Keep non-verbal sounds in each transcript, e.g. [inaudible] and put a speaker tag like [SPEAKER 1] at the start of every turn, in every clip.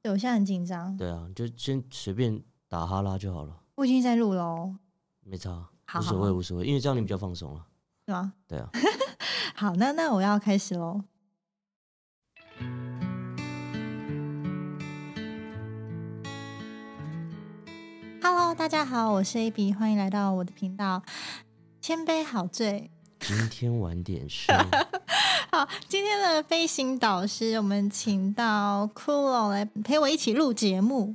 [SPEAKER 1] 对我现在很紧张，
[SPEAKER 2] 对啊，就先随便打哈拉就好了，
[SPEAKER 1] 我已经在录哦喽，
[SPEAKER 2] 没差，
[SPEAKER 1] 好好
[SPEAKER 2] 无所谓
[SPEAKER 1] 好
[SPEAKER 2] 无所谓，因为这样你比较放松啊。
[SPEAKER 1] 是吗？
[SPEAKER 2] 对
[SPEAKER 1] [laughs]
[SPEAKER 2] 啊，
[SPEAKER 1] 好，那那我要开始喽。Hello，大家好，我是 AB，欢迎来到我的频道《千杯好醉
[SPEAKER 2] 今天晚点是
[SPEAKER 1] 好，今天的飞行导师，我们请到骷髅来陪我一起录节目。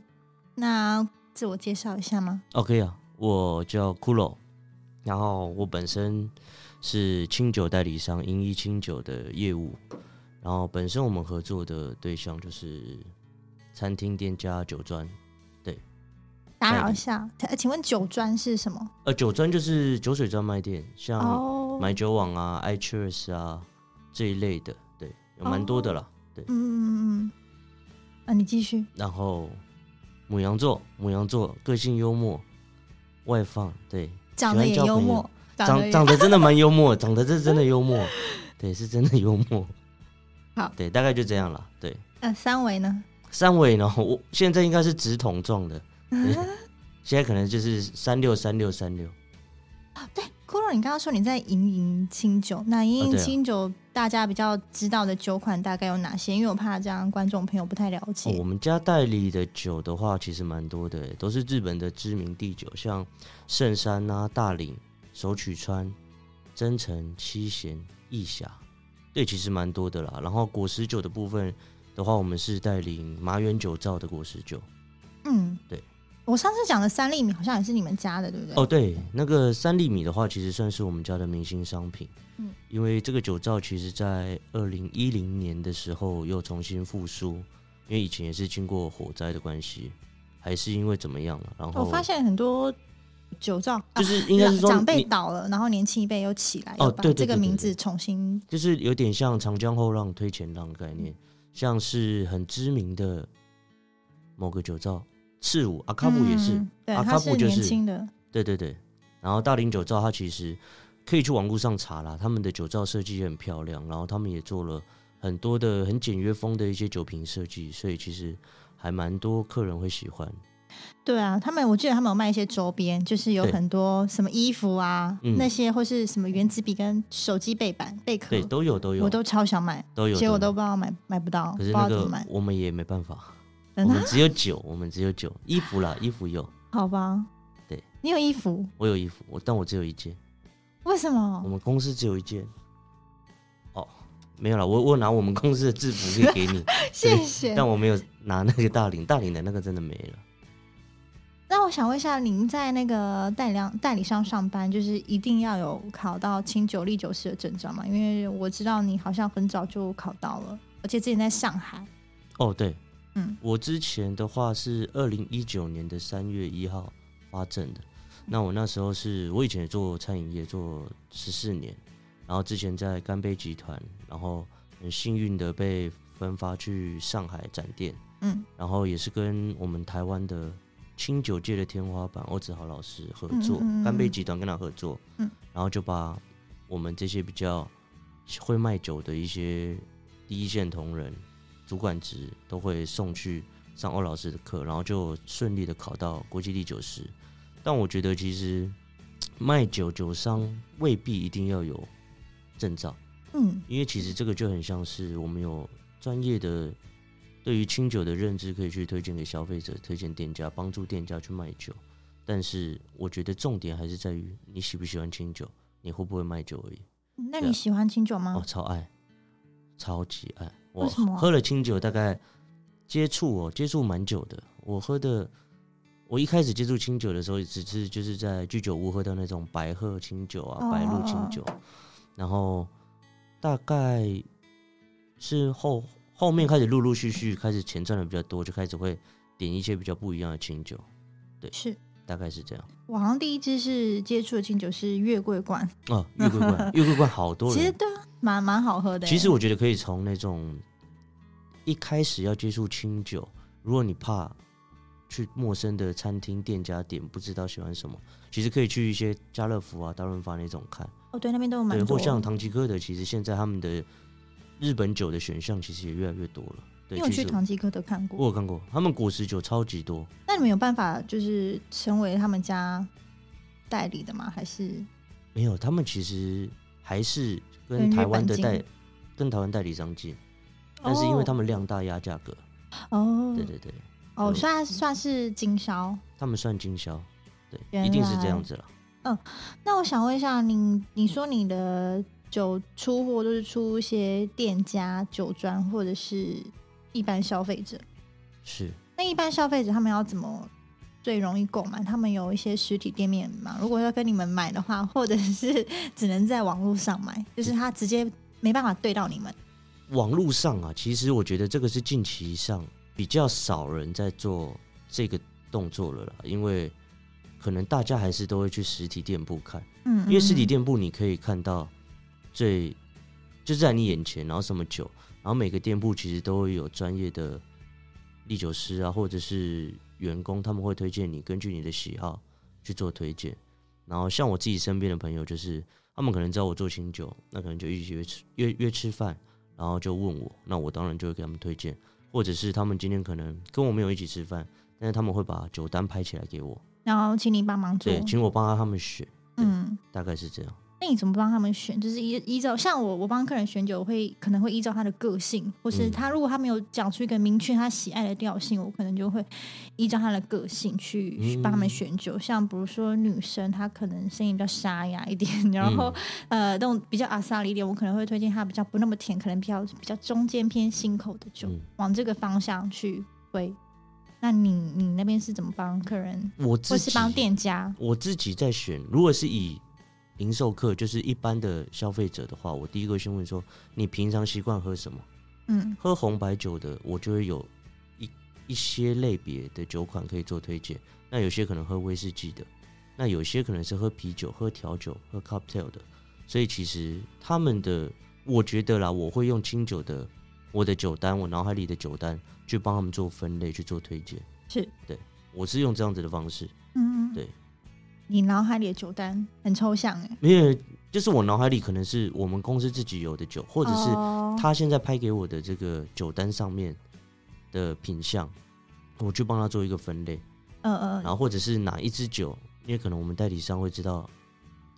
[SPEAKER 1] 那自我介绍一下吗？
[SPEAKER 2] OK 啊，我叫骷髅，然后我本身是清酒代理商英一清酒的业务，然后本身我们合作的对象就是餐厅店家酒庄，
[SPEAKER 1] 打扰
[SPEAKER 2] 代理
[SPEAKER 1] 一下，呃请问酒专是什么？
[SPEAKER 2] 呃，酒庄就是酒水专卖店，像
[SPEAKER 1] 哦
[SPEAKER 2] 买酒网啊、iCheers 啊这一类的，对，有蛮多的啦。
[SPEAKER 1] 嗯嗯嗯嗯，啊，你继续。
[SPEAKER 2] 然后母羊座，母羊座个性幽默，外放，对，
[SPEAKER 1] 长得也幽
[SPEAKER 2] 交朋
[SPEAKER 1] 默
[SPEAKER 2] 友，
[SPEAKER 1] 长得
[SPEAKER 2] 长
[SPEAKER 1] 也
[SPEAKER 2] 长得真的蛮幽
[SPEAKER 1] [laughs]
[SPEAKER 2] 默，长得这真的幽默，对，是真的幽默。
[SPEAKER 1] 好
[SPEAKER 2] 对，大概就这样了。对，
[SPEAKER 1] 呃，三维呢？
[SPEAKER 2] 三尾呢，我现在应该是直筒状的，对
[SPEAKER 1] 啊
[SPEAKER 2] 现在可能就是三六三六三六。
[SPEAKER 1] 对，骷髅，你刚刚说你在吟吟清酒，那吟
[SPEAKER 2] 啊
[SPEAKER 1] 吟
[SPEAKER 2] 对啊
[SPEAKER 1] 清酒、大家比较知道的酒款大概有哪些？因为我怕这样观众朋友不太了解。
[SPEAKER 2] 哦我们家代理的酒的话，其实蛮多的耶，都是日本的知名地酒，像圣山啊、大岭、首曲川、真城、七贤、义峡，对，其实蛮多的啦。然后果实酒的部分的话，我们是代理麻原酒造的果实酒。
[SPEAKER 1] 嗯，
[SPEAKER 2] 对。
[SPEAKER 1] 我上次讲的三粒米好像也是你们家的，对不对？
[SPEAKER 2] 哦，对，那个三粒米的话，其实算是我们家的明星商品。
[SPEAKER 1] 嗯
[SPEAKER 2] 因为这个酒造其实在二零一零年的时候又重新复苏，因为以前也是经过火灾的关系，还是因为怎么样了？然后
[SPEAKER 1] 我发现很多酒造
[SPEAKER 2] 哦
[SPEAKER 1] 啊
[SPEAKER 2] 就是应该是说
[SPEAKER 1] 长辈
[SPEAKER 2] 你
[SPEAKER 1] 倒了，然后年轻一辈又起来，
[SPEAKER 2] 哦
[SPEAKER 1] 又把
[SPEAKER 2] 对对
[SPEAKER 1] 这个
[SPEAKER 2] 对对
[SPEAKER 1] 名
[SPEAKER 2] 对
[SPEAKER 1] 字重新
[SPEAKER 2] 就是有点像长江后浪推前浪的概念，
[SPEAKER 1] 嗯
[SPEAKER 2] 像是很知名的某个酒造赤舞阿卡布也是，
[SPEAKER 1] 嗯对，
[SPEAKER 2] 啊
[SPEAKER 1] 他
[SPEAKER 2] 卡
[SPEAKER 1] 是
[SPEAKER 2] 布就
[SPEAKER 1] 年
[SPEAKER 2] 是
[SPEAKER 1] 轻的，
[SPEAKER 2] 对对对。然后大林酒造它其实可以去网络上查啦，他们的酒造设计也很漂亮，然后他们也做了很多的很简约风的一些酒瓶设计，所以其实还蛮多客人会喜欢。
[SPEAKER 1] 对啊，他们我记得他们有卖一些周边，就是有
[SPEAKER 2] 对
[SPEAKER 1] 很多什么衣服啊，
[SPEAKER 2] 嗯
[SPEAKER 1] 那些或是什么原子笔跟手机背板、贝壳
[SPEAKER 2] 对，，都有都有
[SPEAKER 1] 我都超想买，
[SPEAKER 2] 都有，
[SPEAKER 1] 结果
[SPEAKER 2] 有
[SPEAKER 1] 都不知道买买不到，不
[SPEAKER 2] 可
[SPEAKER 1] 知
[SPEAKER 2] 是
[SPEAKER 1] 道
[SPEAKER 2] 那
[SPEAKER 1] 怎么
[SPEAKER 2] 个
[SPEAKER 1] 买。
[SPEAKER 2] 我们也没办法，我
[SPEAKER 1] 真的
[SPEAKER 2] 们只有酒，我们只有酒，衣服啦衣服有，
[SPEAKER 1] 好吧？
[SPEAKER 2] 对，
[SPEAKER 1] 你有衣服？
[SPEAKER 2] 我有衣服，我但我只有一件。
[SPEAKER 1] 为什
[SPEAKER 2] 我
[SPEAKER 1] 么？
[SPEAKER 2] 们公司只有一件。哦，没有啦，我我拿我们公司的制服可以给
[SPEAKER 1] [laughs]
[SPEAKER 2] 你，
[SPEAKER 1] 谢谢。
[SPEAKER 2] 但我没有拿那个大领，大领的那个真的没了。
[SPEAKER 1] 那我想问一下，您在那个代理商代理商上班，就是一定要有考到清酒历酒师的证照吗？因为我知道你好像很早就考到了，而且之前在上海。
[SPEAKER 2] 哦，对，
[SPEAKER 1] 嗯，
[SPEAKER 2] 我之前的话是二零一九年的三月一号发证的。那我那时候是我以前也做餐饮业做十四年，然后之前在干杯集团，然后很幸运的被分发去上海展店，
[SPEAKER 1] 嗯
[SPEAKER 2] 然后也是跟我们台湾的清酒界的天花板欧子豪老师合作，
[SPEAKER 1] 嗯嗯嗯嗯
[SPEAKER 2] 干贝集团跟他合作，
[SPEAKER 1] 嗯
[SPEAKER 2] 然后就把我们这些比较会卖酒的一些第一线同仁、主管职都会送去上欧老师的课，然后就顺利的考到国际第九师。但我觉得其实卖酒酒商未必一定要有证照。
[SPEAKER 1] 嗯
[SPEAKER 2] 因为其实这个就很像是我们有专业的对于清酒的认知，可以去推荐给消费者、推荐店家、帮助店家去卖酒。但是我觉得重点还是在于你喜不喜欢清酒，你会不会卖酒而已。
[SPEAKER 1] 那
[SPEAKER 2] 对
[SPEAKER 1] 你
[SPEAKER 2] 啊
[SPEAKER 1] 喜欢清酒吗？
[SPEAKER 2] 哦，超爱，超级爱！
[SPEAKER 1] 嗯为
[SPEAKER 2] 我
[SPEAKER 1] 什么啊
[SPEAKER 2] 喝了清酒大概接触哦，接触蛮久的。我喝的，我一开始接触清酒的时候，只是就是在居酒屋喝到那种白鹤清酒啊、
[SPEAKER 1] 哦
[SPEAKER 2] 白鹿清酒，然后大概是后后面开始陆陆续续开始钱赚的比较多，就开始会点一些比较不一样的清酒，
[SPEAKER 1] 是
[SPEAKER 2] 大概是这样。
[SPEAKER 1] 我好像第一支是接触的清酒是月桂冠， [laughs]
[SPEAKER 2] 哦，玉桂冠，玉桂冠好多人
[SPEAKER 1] 其实对啊，蛮蛮好喝的欸。
[SPEAKER 2] 其实我觉得可以从那种一开始要接触清酒，如果你怕去陌生的餐厅店家点不知道喜欢什么，其实可以去一些家乐福啊、大润发那种看，
[SPEAKER 1] 哦，对，那边都有蛮
[SPEAKER 2] 对，
[SPEAKER 1] 多。
[SPEAKER 2] 或像唐吉诃德，其实现在他们的日本酒的选项其实也越来越多了。
[SPEAKER 1] 你
[SPEAKER 2] 对，
[SPEAKER 1] 有
[SPEAKER 2] 其
[SPEAKER 1] 去
[SPEAKER 2] 实
[SPEAKER 1] 唐吉诃德看
[SPEAKER 2] 我
[SPEAKER 1] 过？
[SPEAKER 2] 有看过，他们果实酒超级多，
[SPEAKER 1] 那你们有办法就是成为他们家代理的吗？还是
[SPEAKER 2] 没有，他们其实还是
[SPEAKER 1] 跟
[SPEAKER 2] 跟
[SPEAKER 1] 日
[SPEAKER 2] 台湾
[SPEAKER 1] 本
[SPEAKER 2] 的
[SPEAKER 1] 进哦
[SPEAKER 2] 代跟台湾代理商进，但是因为他
[SPEAKER 1] 们
[SPEAKER 2] 们量大压价格，
[SPEAKER 1] 哦
[SPEAKER 2] 对对对，
[SPEAKER 1] 哦，
[SPEAKER 2] 有
[SPEAKER 1] 算算是经销。
[SPEAKER 2] 他们算经销，对，
[SPEAKER 1] 原
[SPEAKER 2] 一定是这
[SPEAKER 1] 来
[SPEAKER 2] 样子啦。
[SPEAKER 1] 那我想问一下，你你说你的酒出货都是出一些店家、酒庄或者是一般消费者？
[SPEAKER 2] 是，
[SPEAKER 1] 那一般消费者他们要怎么最容易购买？他们有一些实体店面嘛？如果要跟你们买的话，或者是 [laughs] 只能在网络上买，就是他直接没办法对到你们。
[SPEAKER 2] 网络上啊，其实我觉得这个是近期上比较少人在做这个动作了啦，因为可能大家还是都会去实体店铺看，
[SPEAKER 1] 嗯，
[SPEAKER 2] 因为实体
[SPEAKER 1] 嗯
[SPEAKER 2] 店铺你可以看到最就在你眼前，然后什么酒，然后每个店铺其实都会有专业的历酒师啊，或者是员工，他们会推荐你，根据你的喜好去做推荐。然后像我自己身边的朋友，就是他们可能知道我做清酒，那可能就一起约吃约约吃饭，然后就问我，那我当然就会给他们推荐，或者是他们今天可能跟我没有一起吃饭，但是他们会把酒单拍起来给我，
[SPEAKER 1] 然后请你帮忙做
[SPEAKER 2] 对，，请我帮他他们选，
[SPEAKER 1] 嗯。
[SPEAKER 2] 大概是这样。
[SPEAKER 1] 那你怎么帮他们选？就是依依照像我，我帮客人选酒，我会可能会依照他的个性，或是
[SPEAKER 2] 嗯
[SPEAKER 1] 他如果他没有讲出一个明确他喜爱的调性，我可能就会依照他的个性去去帮他们
[SPEAKER 2] 嗯
[SPEAKER 1] 选酒。像比如说女生，她可能声音比较沙哑一点， [laughs] 然后、
[SPEAKER 2] 嗯
[SPEAKER 1] 呃，那种比较阿萨里一点，我可能会推荐它比较不那么甜，可能比较比较中间偏辛口的酒，
[SPEAKER 2] 嗯
[SPEAKER 1] 往这个方向去推。那你你那边是怎么帮客人，
[SPEAKER 2] 我
[SPEAKER 1] 或
[SPEAKER 2] 自
[SPEAKER 1] 是
[SPEAKER 2] 己
[SPEAKER 1] 帮店家？
[SPEAKER 2] 我自己在选，如果是以零售客，就是一般的消费者的话，我第一个先问说，你平常习惯喝什么？
[SPEAKER 1] 嗯
[SPEAKER 2] 喝红白酒的，我就会有一一些类别的酒款可以做推荐。那有些可能喝威士忌的，那有些可能是喝啤酒、喝调酒、喝 cocktail 的。所以其实他们的，我觉得啦，我会用清酒的我的酒单，我脑海里的酒单去帮他们做分类，去做推荐。
[SPEAKER 1] 是
[SPEAKER 2] 对，我是用这样子的方式。
[SPEAKER 1] 嗯，
[SPEAKER 2] 对。
[SPEAKER 1] 你脑海里的酒单很抽象哎，
[SPEAKER 2] 没有，就是我脑海里可能是我们公司自己有的酒，或者是
[SPEAKER 1] 哦
[SPEAKER 2] 他现在拍给我的这个酒单上面的品相，我去帮他做一个分类，
[SPEAKER 1] 呃呃
[SPEAKER 2] 然后或者是哪一支酒，因为可能我们代理商会知道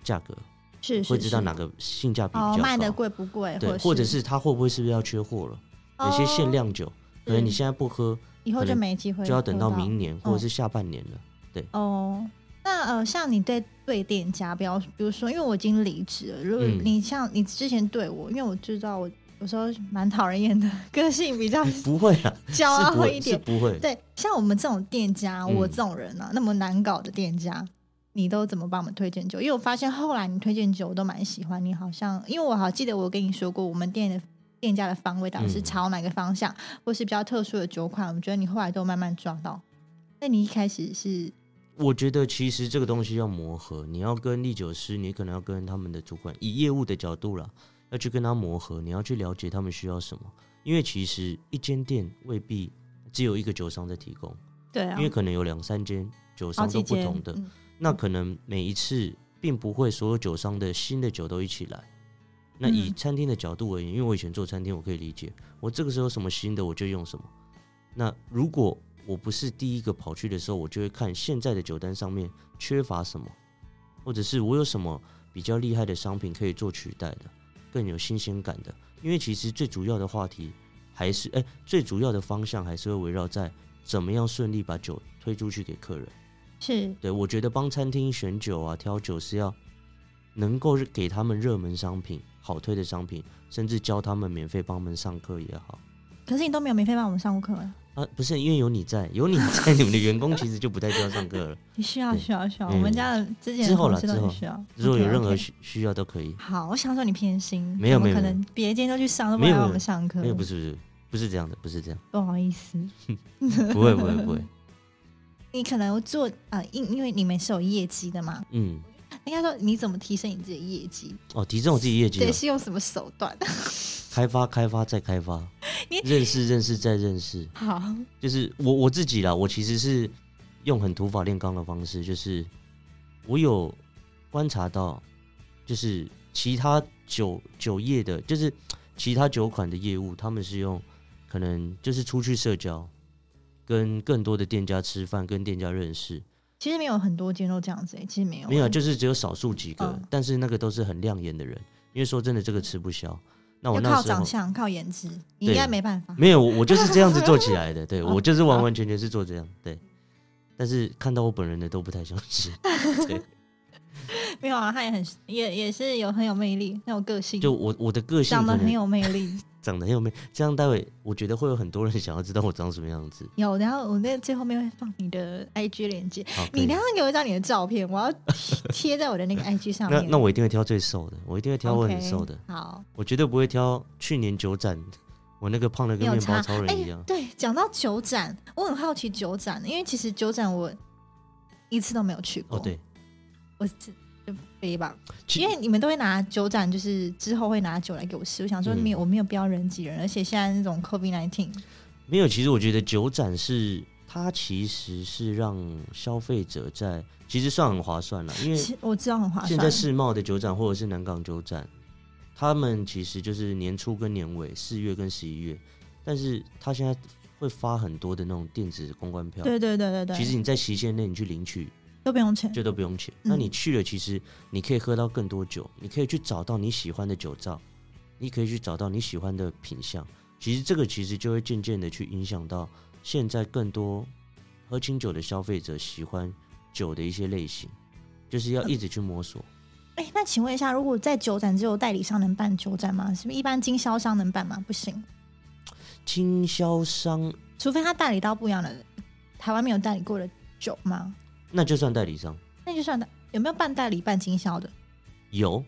[SPEAKER 2] 价格，
[SPEAKER 1] 是是
[SPEAKER 2] 会知道
[SPEAKER 1] 是
[SPEAKER 2] 哪个性价比比
[SPEAKER 1] 哦
[SPEAKER 2] 较
[SPEAKER 1] 卖的
[SPEAKER 2] 高，
[SPEAKER 1] 贵不贵，
[SPEAKER 2] 对，
[SPEAKER 1] 或
[SPEAKER 2] 或者
[SPEAKER 1] 是
[SPEAKER 2] 是他会不会是不是要缺货了？有些限
[SPEAKER 1] 哦，
[SPEAKER 2] 量酒，可能你
[SPEAKER 1] 是
[SPEAKER 2] 现在不喝，
[SPEAKER 1] 哦以后
[SPEAKER 2] 可
[SPEAKER 1] 就
[SPEAKER 2] 能
[SPEAKER 1] 没机会，嗯
[SPEAKER 2] 就要等到明年或者是下半年了。 [laughs]
[SPEAKER 1] 哦，那呃，像你对对店家，不要比如说，因为我已经离职了，如果
[SPEAKER 2] 嗯
[SPEAKER 1] 你像你之前对我，因为我知道我有时候蛮讨人厌的， [laughs] 个性比较
[SPEAKER 2] [laughs] 不会啦，
[SPEAKER 1] 骄
[SPEAKER 2] 是不
[SPEAKER 1] 傲
[SPEAKER 2] 会
[SPEAKER 1] 一
[SPEAKER 2] 是
[SPEAKER 1] 点。
[SPEAKER 2] 不会。
[SPEAKER 1] 对，像我们这种店家，
[SPEAKER 2] 嗯
[SPEAKER 1] 我这种人啊，那么难搞的店家。你都怎么帮我们推荐酒？因为我发现后来你推荐酒我都蛮喜欢，你好像因为我好记得我跟你说过，我们店的店家的方位到底是
[SPEAKER 2] 嗯
[SPEAKER 1] 朝哪个方向，或是比较特殊的酒款，我觉得你后来都慢慢抓到。那你一开始是
[SPEAKER 2] 我觉得其实这个东西要磨合，你要跟历酒师，你可能要跟他们的主管，以业务的角度啦，要去跟他磨合，你要去了解他们需要什么。因为其实一间店未必只有一个酒商在提供，
[SPEAKER 1] 对啊，
[SPEAKER 2] 因为可能有两三间酒
[SPEAKER 1] 好
[SPEAKER 2] 商
[SPEAKER 1] 几
[SPEAKER 2] 都不
[SPEAKER 1] 间
[SPEAKER 2] 同的，
[SPEAKER 1] 嗯
[SPEAKER 2] 那可能每一次并不会所有酒商的新的酒都一起来。那以
[SPEAKER 1] 嗯
[SPEAKER 2] 餐厅的角度而言，因为我以前做餐厅，我可以理解，我这个时候什么新的我就用什么。那如果我不是第一个跑去的时候，我就会看现在的酒单上面缺乏什么，或者是我有什么比较厉害的商品可以做取代的，更有新鲜感的。因为其实最主要的话题还是，哎、最主要的方向还是会围绕在怎么样顺利把酒推出去给客人。
[SPEAKER 1] 是
[SPEAKER 2] 对，我觉得帮餐厅选酒啊、挑酒是要能够给他们热门商品、好推的商品，甚至教他们免费帮他们上课也好。
[SPEAKER 1] 可是你都没有免费帮我们上过课哎，
[SPEAKER 2] 啊，不是，因为有你在，有你在， [laughs] 你们的员工其实就不太需要上课了。
[SPEAKER 1] 你需要
[SPEAKER 2] 对
[SPEAKER 1] 需要需要，
[SPEAKER 2] 嗯
[SPEAKER 1] 我们家的之前的
[SPEAKER 2] 之后
[SPEAKER 1] 同
[SPEAKER 2] 啦
[SPEAKER 1] 事都
[SPEAKER 2] 之
[SPEAKER 1] 很
[SPEAKER 2] 后
[SPEAKER 1] 需要。
[SPEAKER 2] 如果有
[SPEAKER 1] OK，OK
[SPEAKER 2] 任何需需要都可以。
[SPEAKER 1] 好，我想说你偏心，
[SPEAKER 2] 没有
[SPEAKER 1] 怎么
[SPEAKER 2] 没有
[SPEAKER 1] 可
[SPEAKER 2] 没有
[SPEAKER 1] 能别间都去上都不
[SPEAKER 2] 没
[SPEAKER 1] 来
[SPEAKER 2] 有
[SPEAKER 1] 帮
[SPEAKER 2] 没
[SPEAKER 1] 我
[SPEAKER 2] 有
[SPEAKER 1] 们上课
[SPEAKER 2] 没，有，哎不是不是不是这样的，不是这样，
[SPEAKER 1] 不好意思。
[SPEAKER 2] 不会不会不会。
[SPEAKER 1] 你可能做呃，因因为你们是有业绩的嘛，
[SPEAKER 2] 嗯，
[SPEAKER 1] 应该说你怎么提升你自己的业绩？
[SPEAKER 2] 哦，提升我自己业绩
[SPEAKER 1] 对，
[SPEAKER 2] 了，
[SPEAKER 1] 是用什么手段？ [laughs]
[SPEAKER 2] 开发开发再开发
[SPEAKER 1] 你，
[SPEAKER 2] 认识认识再认识。
[SPEAKER 1] [laughs] 好，
[SPEAKER 2] 就是我我自己啦，我其实是用很土法炼钢的方式，就是我有观察到，就是其他酒酒业的，就是其他酒款的业务，他们是用可能就是出去社交，跟更多的店家吃饭，跟店家认识。
[SPEAKER 1] 其实没有很多间都这样子、欸，其实没有、
[SPEAKER 2] 没有，啊就是只有少数几个，
[SPEAKER 1] 嗯
[SPEAKER 2] 但是那个都是很亮眼的人。因为说真的，这个吃不消。那我
[SPEAKER 1] 就
[SPEAKER 2] 那
[SPEAKER 1] 靠
[SPEAKER 2] 时候
[SPEAKER 1] 长相，靠颜值，你应
[SPEAKER 2] 对
[SPEAKER 1] 该没办 [laughs] 法。
[SPEAKER 2] 没有，我我就是这样子做起来的。
[SPEAKER 1] [laughs]
[SPEAKER 2] 对我就是完完全全是做这样。对，但是看到我本人的都不太相
[SPEAKER 1] [laughs]
[SPEAKER 2] 信。对，
[SPEAKER 1] 没有啊，他也很也也是有很有魅力，很有个性，
[SPEAKER 2] 就我我的个性
[SPEAKER 1] 长得
[SPEAKER 2] 可能
[SPEAKER 1] 很有魅力。
[SPEAKER 2] 长得很有魅，这样待会我觉得会有很多人想要知道我长什么样子。
[SPEAKER 1] 有，然后我在最后面会放你的 IG 链接，
[SPEAKER 2] 好，可
[SPEAKER 1] 你
[SPEAKER 2] 以
[SPEAKER 1] 等一下给我一张你的照片，我要贴贴在我的那个 [laughs] IG 上
[SPEAKER 2] 那
[SPEAKER 1] 面。
[SPEAKER 2] 那我一定会挑最瘦的，我一定会挑我很
[SPEAKER 1] OK，
[SPEAKER 2] 瘦的，
[SPEAKER 1] 好，
[SPEAKER 2] 我绝对不会挑去年九展我那个胖的
[SPEAKER 1] 没
[SPEAKER 2] 跟
[SPEAKER 1] 有
[SPEAKER 2] 面
[SPEAKER 1] 差哎
[SPEAKER 2] 包超。人一样。
[SPEAKER 1] 对，讲到酒展，我很好奇酒展，因为其实酒展我一次都没有去过。
[SPEAKER 2] 哦，，对，
[SPEAKER 1] 我是就背吧，
[SPEAKER 2] 其
[SPEAKER 1] 哎因为你们都会拿酒展，就是之后会拿酒来给我试。我想说
[SPEAKER 2] 嗯
[SPEAKER 1] 没有，我没有必要人挤人，而且现在那种 COVID nineteen，
[SPEAKER 2] 没有，其实我觉得酒展是它其实是让消费者在其实算很划算了，因为
[SPEAKER 1] 其我知道很划算。
[SPEAKER 2] 现在世贸的酒展或者是南港酒展，他们其实就是年初跟年尾，四月跟十一月，但是他现在会发很多的那种电子公关票，
[SPEAKER 1] 对对对对对，
[SPEAKER 2] 其实你在期限内你去领取
[SPEAKER 1] 都不用钱。
[SPEAKER 2] 这都不用钱。
[SPEAKER 1] 嗯
[SPEAKER 2] 那你去了，其实你可以喝到更多酒，你可以去找到你喜欢的酒造，你可以去找到你喜欢的品相。其实这个其实就会渐渐的去影响到现在更多喝清酒的消费者喜欢酒的一些类型，就是
[SPEAKER 1] 嗯
[SPEAKER 2] 要一直去摸索。
[SPEAKER 1] 哎，那请问一下，如果在酒展只有代理商能办酒展吗？是不是一般经销商能办吗？不行，
[SPEAKER 2] 经销商
[SPEAKER 1] 除非他代理到不一样的台湾没有代理过的酒吗？
[SPEAKER 2] 那就算代理商
[SPEAKER 1] 那就算的，有没有半代理半经销的？
[SPEAKER 2] 有。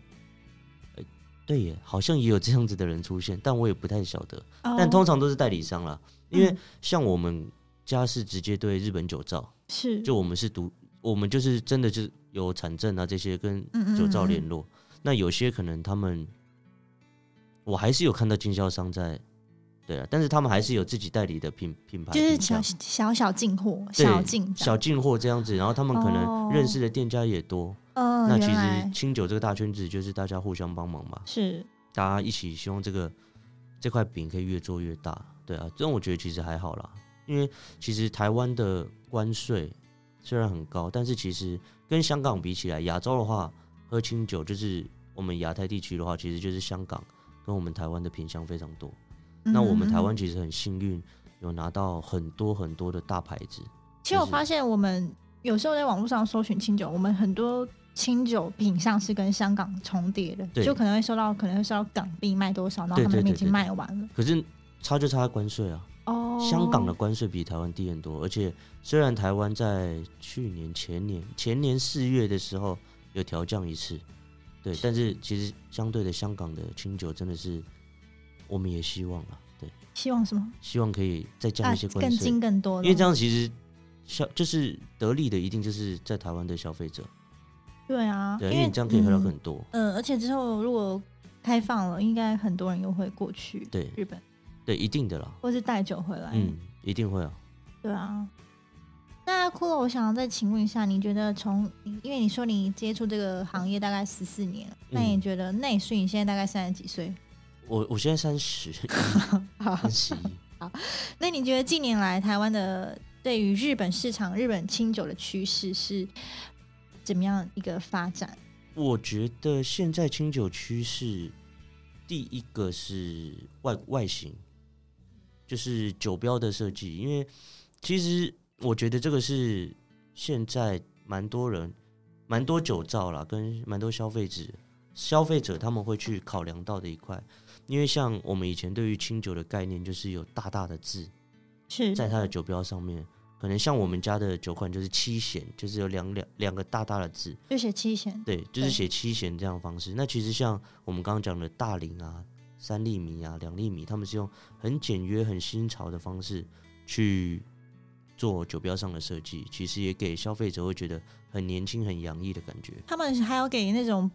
[SPEAKER 2] 呃对耶，好像也有这样子的人出现，但我也不太晓得。
[SPEAKER 1] 哦
[SPEAKER 2] 但通常都是代理商啦，因为
[SPEAKER 1] 嗯
[SPEAKER 2] 像我们家是直接对日本酒造，
[SPEAKER 1] 是
[SPEAKER 2] 就我们是独，我们就是真的就是有产证啊这些跟
[SPEAKER 1] 嗯嗯
[SPEAKER 2] 酒造
[SPEAKER 1] 嗯
[SPEAKER 2] 联络。那有些可能他们，我还是有看到经销商在，对啊，但是他们还是有自己代理的品品牌
[SPEAKER 1] 就
[SPEAKER 2] 品
[SPEAKER 1] 是小
[SPEAKER 2] 项，
[SPEAKER 1] 小小进货，
[SPEAKER 2] 对
[SPEAKER 1] 小进这样
[SPEAKER 2] 小进货这样子，然后他们可能
[SPEAKER 1] 哦
[SPEAKER 2] 认识的店家也多。
[SPEAKER 1] 嗯，
[SPEAKER 2] 那其
[SPEAKER 1] 原
[SPEAKER 2] 实
[SPEAKER 1] 来
[SPEAKER 2] 清酒这个大圈子就是大家互相帮忙嘛，
[SPEAKER 1] 是
[SPEAKER 2] 大家一起希望这个这块饼可以越做越大，对啊，这种我觉得其实还好啦，因为其实台湾的关税虽然很高，但是其实跟香港比起来，亚洲的话喝清酒就是我们亚太地区的话，其实就是香港跟我们台湾的品相非常多。那我们台，
[SPEAKER 1] 嗯嗯
[SPEAKER 2] 湾
[SPEAKER 1] 嗯
[SPEAKER 2] 其实很幸运，有拿到很多很多的大牌子，
[SPEAKER 1] 其实
[SPEAKER 2] 就
[SPEAKER 1] 我
[SPEAKER 2] 是
[SPEAKER 1] 发现我们有时候在网络上搜寻清酒，我们很多。清酒品相是跟香港重叠的，
[SPEAKER 2] 对
[SPEAKER 1] 就可能会收到，可能会收到港币卖多少，然后
[SPEAKER 2] 对
[SPEAKER 1] 他们那
[SPEAKER 2] 对
[SPEAKER 1] 边
[SPEAKER 2] 对
[SPEAKER 1] 已经
[SPEAKER 2] 对
[SPEAKER 1] 卖完了。
[SPEAKER 2] 可是差就差在关税啊。
[SPEAKER 1] 哦，
[SPEAKER 2] 香港的关税比台湾低很多，而且虽然台湾在去年、前年、前年四月的时候有调降一次，对，但是其实相对的，香港的清酒真的是，我们也希望啊，对，
[SPEAKER 1] 希望什么？
[SPEAKER 2] 希望可以再降
[SPEAKER 1] 啊
[SPEAKER 2] 一些，关
[SPEAKER 1] 更
[SPEAKER 2] 税，
[SPEAKER 1] 精更多了，
[SPEAKER 2] 因为这样其实消就是得利的一定就是在台湾的消费者，
[SPEAKER 1] 对啊，
[SPEAKER 2] 对，因为你这样可以喝到
[SPEAKER 1] 嗯
[SPEAKER 2] 很多，
[SPEAKER 1] 嗯，而且之后如果开放了，应该很多人又会过去
[SPEAKER 2] 对
[SPEAKER 1] 日本，
[SPEAKER 2] 对，一定的啦，
[SPEAKER 1] 或是带酒回来。
[SPEAKER 2] 嗯，，一定会啊。
[SPEAKER 1] 对啊。那骷髅，我想再请问一下，你觉得从你因为你说你接触这个行业大概十四年了，那
[SPEAKER 2] 嗯
[SPEAKER 1] 你觉得内训你现在大概三十几岁？
[SPEAKER 2] 我我现在三十，
[SPEAKER 1] 好
[SPEAKER 2] [laughs] 三，十一，
[SPEAKER 1] [laughs] 那你觉得近年来台湾的对于日本市场、日本清酒的趋势是怎么样一个发展？
[SPEAKER 2] 我觉得现在清酒趋势，第一个是外外形，就是酒标的设计。因为其实我觉得这个是现在蛮多人、蛮多酒造啦，跟蛮多消费者、消费者他们会去考量到的一块。因为像我们以前对于清酒的概念，就是有大大的字，
[SPEAKER 1] 是
[SPEAKER 2] 在它的酒标上面，可能像我们家的酒款就是七弦，就是有两两两个大大的字。
[SPEAKER 1] 就写七弦，
[SPEAKER 2] 对，就是
[SPEAKER 1] 对
[SPEAKER 2] 写七弦这样的方式。那其实像我们刚刚讲的大龄啊、三粒米啊、两粒米，他们是用很简约、很新潮的方式去做酒标上的设计，其实也给消费者会觉得很年轻、很洋溢的感觉。
[SPEAKER 1] 他们还有给那种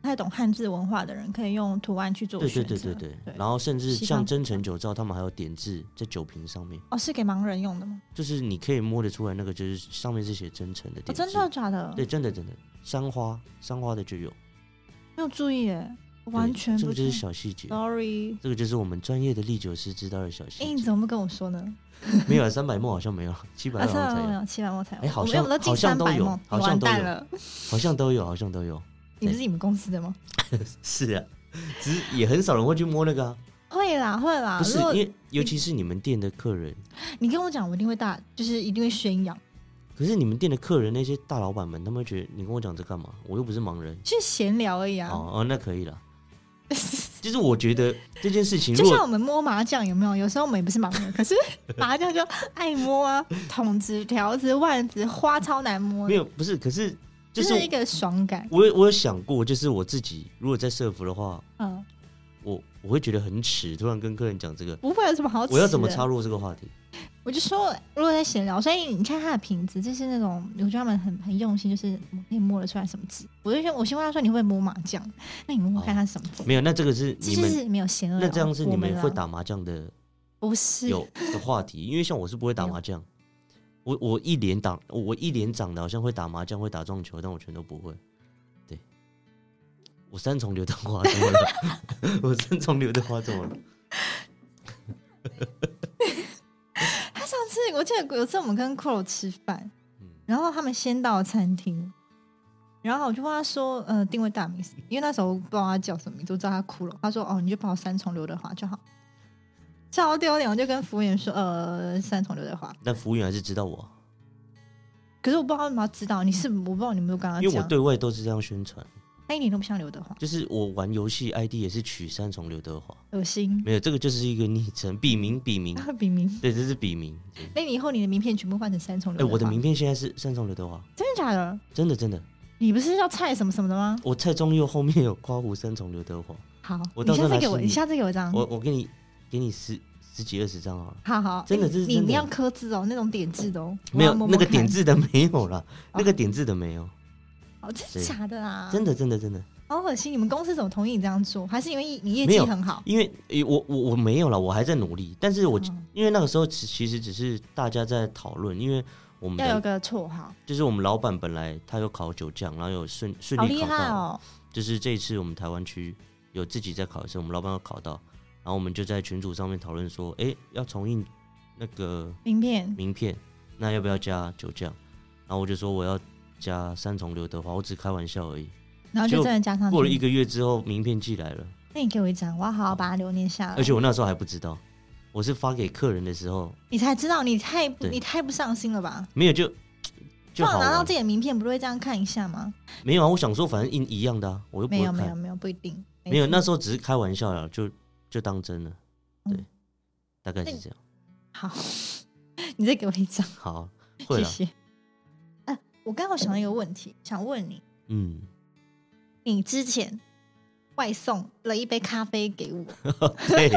[SPEAKER 1] 不太懂汉字文化的人，可以用图案去做
[SPEAKER 2] 对对
[SPEAKER 1] 选择。
[SPEAKER 2] 对对对
[SPEAKER 1] 对，
[SPEAKER 2] 然后甚至
[SPEAKER 1] 西
[SPEAKER 2] 像
[SPEAKER 1] 方
[SPEAKER 2] 真诚酒造，他们还有点字在酒瓶上面，
[SPEAKER 1] 哦，是给盲人用的吗？
[SPEAKER 2] 就是你可以摸得出来，那个就是上面是写真诚的
[SPEAKER 1] 哦，
[SPEAKER 2] 点字。
[SPEAKER 1] 真的假的？
[SPEAKER 2] 对，真的真的，山花山花的就有。
[SPEAKER 1] 没有注意耶，
[SPEAKER 2] 对
[SPEAKER 1] 完全
[SPEAKER 2] 这
[SPEAKER 1] 不
[SPEAKER 2] 个就是
[SPEAKER 1] 是。
[SPEAKER 2] 小细节，
[SPEAKER 1] Sorry，
[SPEAKER 2] 这个就是我们专业的历酒师知道的小细
[SPEAKER 1] 哎、
[SPEAKER 2] 节。
[SPEAKER 1] 你怎么不跟我说呢？
[SPEAKER 2] 没有啊三百梦好像没有，七百
[SPEAKER 1] 啊，
[SPEAKER 2] 梦
[SPEAKER 1] 三
[SPEAKER 2] 好像
[SPEAKER 1] 百
[SPEAKER 2] 才有，
[SPEAKER 1] 梦，七百梦才有。
[SPEAKER 2] 哎好
[SPEAKER 1] 我们
[SPEAKER 2] 像
[SPEAKER 1] 我们都进
[SPEAKER 2] 好像
[SPEAKER 1] 三
[SPEAKER 2] 都
[SPEAKER 1] 百
[SPEAKER 2] 有
[SPEAKER 1] 梦，
[SPEAKER 2] 好
[SPEAKER 1] 你
[SPEAKER 2] 像
[SPEAKER 1] 完
[SPEAKER 2] 都
[SPEAKER 1] 蛋
[SPEAKER 2] 有
[SPEAKER 1] 了。
[SPEAKER 2] 好像都有，好像都有。
[SPEAKER 1] 你不
[SPEAKER 2] 对
[SPEAKER 1] 是你们公司的吗？
[SPEAKER 2] 是啊，只是也很少人会去摸那个啊。
[SPEAKER 1] 会啦，会啦。
[SPEAKER 2] 不是
[SPEAKER 1] 啊如，果
[SPEAKER 2] 因为尤其是你们店的客人，
[SPEAKER 1] 你跟我讲，我一定会大，就是一定会宣扬。
[SPEAKER 2] 可是你们店的客人那些大老板们，他们会觉得你跟我讲这干嘛？我又不是盲人。
[SPEAKER 1] 就是闲聊而已啊。 [laughs]
[SPEAKER 2] 哦哦，那可以了。其实我觉得这件事情，
[SPEAKER 1] 就
[SPEAKER 2] 如
[SPEAKER 1] 像
[SPEAKER 2] 果
[SPEAKER 1] 我们摸麻将有没有？有时候我们也不是盲人，
[SPEAKER 2] [laughs]
[SPEAKER 1] 可是麻将就爱摸啊，筒子、条子、腕子、花超难摸
[SPEAKER 2] 没
[SPEAKER 1] 的，
[SPEAKER 2] 有不是，可是
[SPEAKER 1] 就
[SPEAKER 2] 就
[SPEAKER 1] 是是一个爽感。
[SPEAKER 2] 我有我有想过，就是我自己如果在社服的话，
[SPEAKER 1] 嗯，
[SPEAKER 2] 我我会觉得很耻，突然跟客人讲这个，
[SPEAKER 1] 不会有什么好。啊
[SPEAKER 2] 我要怎么插？入这个话题？
[SPEAKER 1] 我就说，如果在闲聊，所以你看他的瓶子，就是那种我觉得他们很很用心，就是我可以摸得出来什么字。我就先我先问他说你会不会摸麻将，那你摸摸看他什么字。
[SPEAKER 2] 没有，那这个是
[SPEAKER 1] 这
[SPEAKER 2] 哦你
[SPEAKER 1] 就
[SPEAKER 2] 们
[SPEAKER 1] 是没有嫌恶。
[SPEAKER 2] 那这样是你
[SPEAKER 1] 嗯我
[SPEAKER 2] 们
[SPEAKER 1] 啦
[SPEAKER 2] 会？打麻将的
[SPEAKER 1] 不是，
[SPEAKER 2] 有的话题，因为像我是不会打
[SPEAKER 1] 没有
[SPEAKER 2] 麻将，我我一脸打我一脸长得好像会打麻将会打撞球，但我全都不会。对，我三重刘德华怎么了？
[SPEAKER 1] [laughs]
[SPEAKER 2] 我三重刘德华怎么了？
[SPEAKER 1] 他上次我记得有次我们跟 Crow 吃饭，
[SPEAKER 2] 嗯
[SPEAKER 1] 然后他们先到餐厅，然后我就问他说：“呃，定位大名是，因为那时候我不知道他叫什么名字，我知道他哭了。”他说：“哦，你就报三重刘德华就好。”超丢脸！我就跟服务员说：“呃，三重刘德华。
[SPEAKER 2] 但服务员还是知道我啊，”
[SPEAKER 1] 可是我不知道他们要知道你是，我不知道你有没有跟他
[SPEAKER 2] 因为我
[SPEAKER 1] 讲，
[SPEAKER 2] 对外都是这样宣传，
[SPEAKER 1] 他一点都不像刘德华，
[SPEAKER 2] 就是我玩游戏 ID 也是取三重刘德华，
[SPEAKER 1] 恶心，
[SPEAKER 2] 没有这个就是一个昵称，笔名
[SPEAKER 1] [laughs]
[SPEAKER 2] 笔名，
[SPEAKER 1] 笔名。
[SPEAKER 2] 对，这是
[SPEAKER 1] [laughs]
[SPEAKER 2] 笔名。对
[SPEAKER 1] 那哎你以后你的名片全部换成三重
[SPEAKER 2] 哎、
[SPEAKER 1] 刘德华？
[SPEAKER 2] 我的名片现在是三重刘德华，
[SPEAKER 1] 真的假的？
[SPEAKER 2] 真的真的，
[SPEAKER 1] 你不是要菜什么什么的吗？
[SPEAKER 2] 我蔡宗佑后面有刮胡三重刘德华。
[SPEAKER 1] 好，
[SPEAKER 2] 我
[SPEAKER 1] 你
[SPEAKER 2] 到时
[SPEAKER 1] 下
[SPEAKER 2] 候
[SPEAKER 1] 次
[SPEAKER 2] 来
[SPEAKER 1] 给
[SPEAKER 2] 试
[SPEAKER 1] 我，
[SPEAKER 2] 你
[SPEAKER 1] 你下次给我一张。
[SPEAKER 2] 我我给你给你十十几二十张好了，
[SPEAKER 1] 好好，
[SPEAKER 2] 真的
[SPEAKER 1] 哎
[SPEAKER 2] 这是
[SPEAKER 1] 你
[SPEAKER 2] 真的
[SPEAKER 1] 你要刻字哦，那种点字的哦，
[SPEAKER 2] 没有
[SPEAKER 1] 我要摸摸
[SPEAKER 2] 那个
[SPEAKER 1] 看
[SPEAKER 2] 点，字的没有啦，那个
[SPEAKER 1] 哦
[SPEAKER 2] 点字的没有，
[SPEAKER 1] 哦，真的
[SPEAKER 2] 对
[SPEAKER 1] 假的啊？
[SPEAKER 2] 真的真的真的，
[SPEAKER 1] 好恶心！你们公司怎么同意你这样做？还是因为你业
[SPEAKER 2] 没
[SPEAKER 1] 绩
[SPEAKER 2] 有
[SPEAKER 1] 很好？
[SPEAKER 2] 因为诶我我我没有了，我还在努力，但是我、
[SPEAKER 1] 嗯
[SPEAKER 2] 因为那个时候其其实只是大家在讨论，因为我们
[SPEAKER 1] 要有
[SPEAKER 2] 的
[SPEAKER 1] 个绰号，
[SPEAKER 2] 就是我们老板本来他有考九将，然后有顺顺
[SPEAKER 1] 好
[SPEAKER 2] 利
[SPEAKER 1] 厉
[SPEAKER 2] 考到，
[SPEAKER 1] 害哦！
[SPEAKER 2] 就是这一次我们台湾区有自己在考试，我们老板有考到，然后我们就在群组上面讨论说，诶，要重印那个
[SPEAKER 1] 名片
[SPEAKER 2] 名片，那要不要加酒酱？然后我就说我要加三重刘德华，我只开玩笑而已。
[SPEAKER 1] 然后就
[SPEAKER 2] 就
[SPEAKER 1] 真的加上
[SPEAKER 2] 过了一
[SPEAKER 1] 去。
[SPEAKER 2] 个月之后，名片寄来了，
[SPEAKER 1] 那你给我一张，我要好好把它留念下来
[SPEAKER 2] 而。且我那时候还不知道，我是发给客人的时候
[SPEAKER 1] 你才知道，你太不
[SPEAKER 2] 对
[SPEAKER 1] 你太不上心了吧？
[SPEAKER 2] 没有就就
[SPEAKER 1] 通
[SPEAKER 2] 好
[SPEAKER 1] 常拿到
[SPEAKER 2] 玩
[SPEAKER 1] 自，己的名片，不是会这样看一下吗？
[SPEAKER 2] 没有啊，我想说反正印一样的啊，我又不
[SPEAKER 1] 没
[SPEAKER 2] 会
[SPEAKER 1] 有没有
[SPEAKER 2] 看，
[SPEAKER 1] 没有，不一定。
[SPEAKER 2] 没有那时
[SPEAKER 1] 候
[SPEAKER 2] 候只是开玩笑了，就就当真了，对，
[SPEAKER 1] 嗯
[SPEAKER 2] 大概是
[SPEAKER 1] 那
[SPEAKER 2] 这样。
[SPEAKER 1] 好，你再给我一张，
[SPEAKER 2] 好，会
[SPEAKER 1] 谢
[SPEAKER 2] 了，
[SPEAKER 1] 谢。啊，我刚好想到一个问题，想问你。
[SPEAKER 2] 嗯，
[SPEAKER 1] 你之前外送了一杯咖啡给我，
[SPEAKER 2] 对，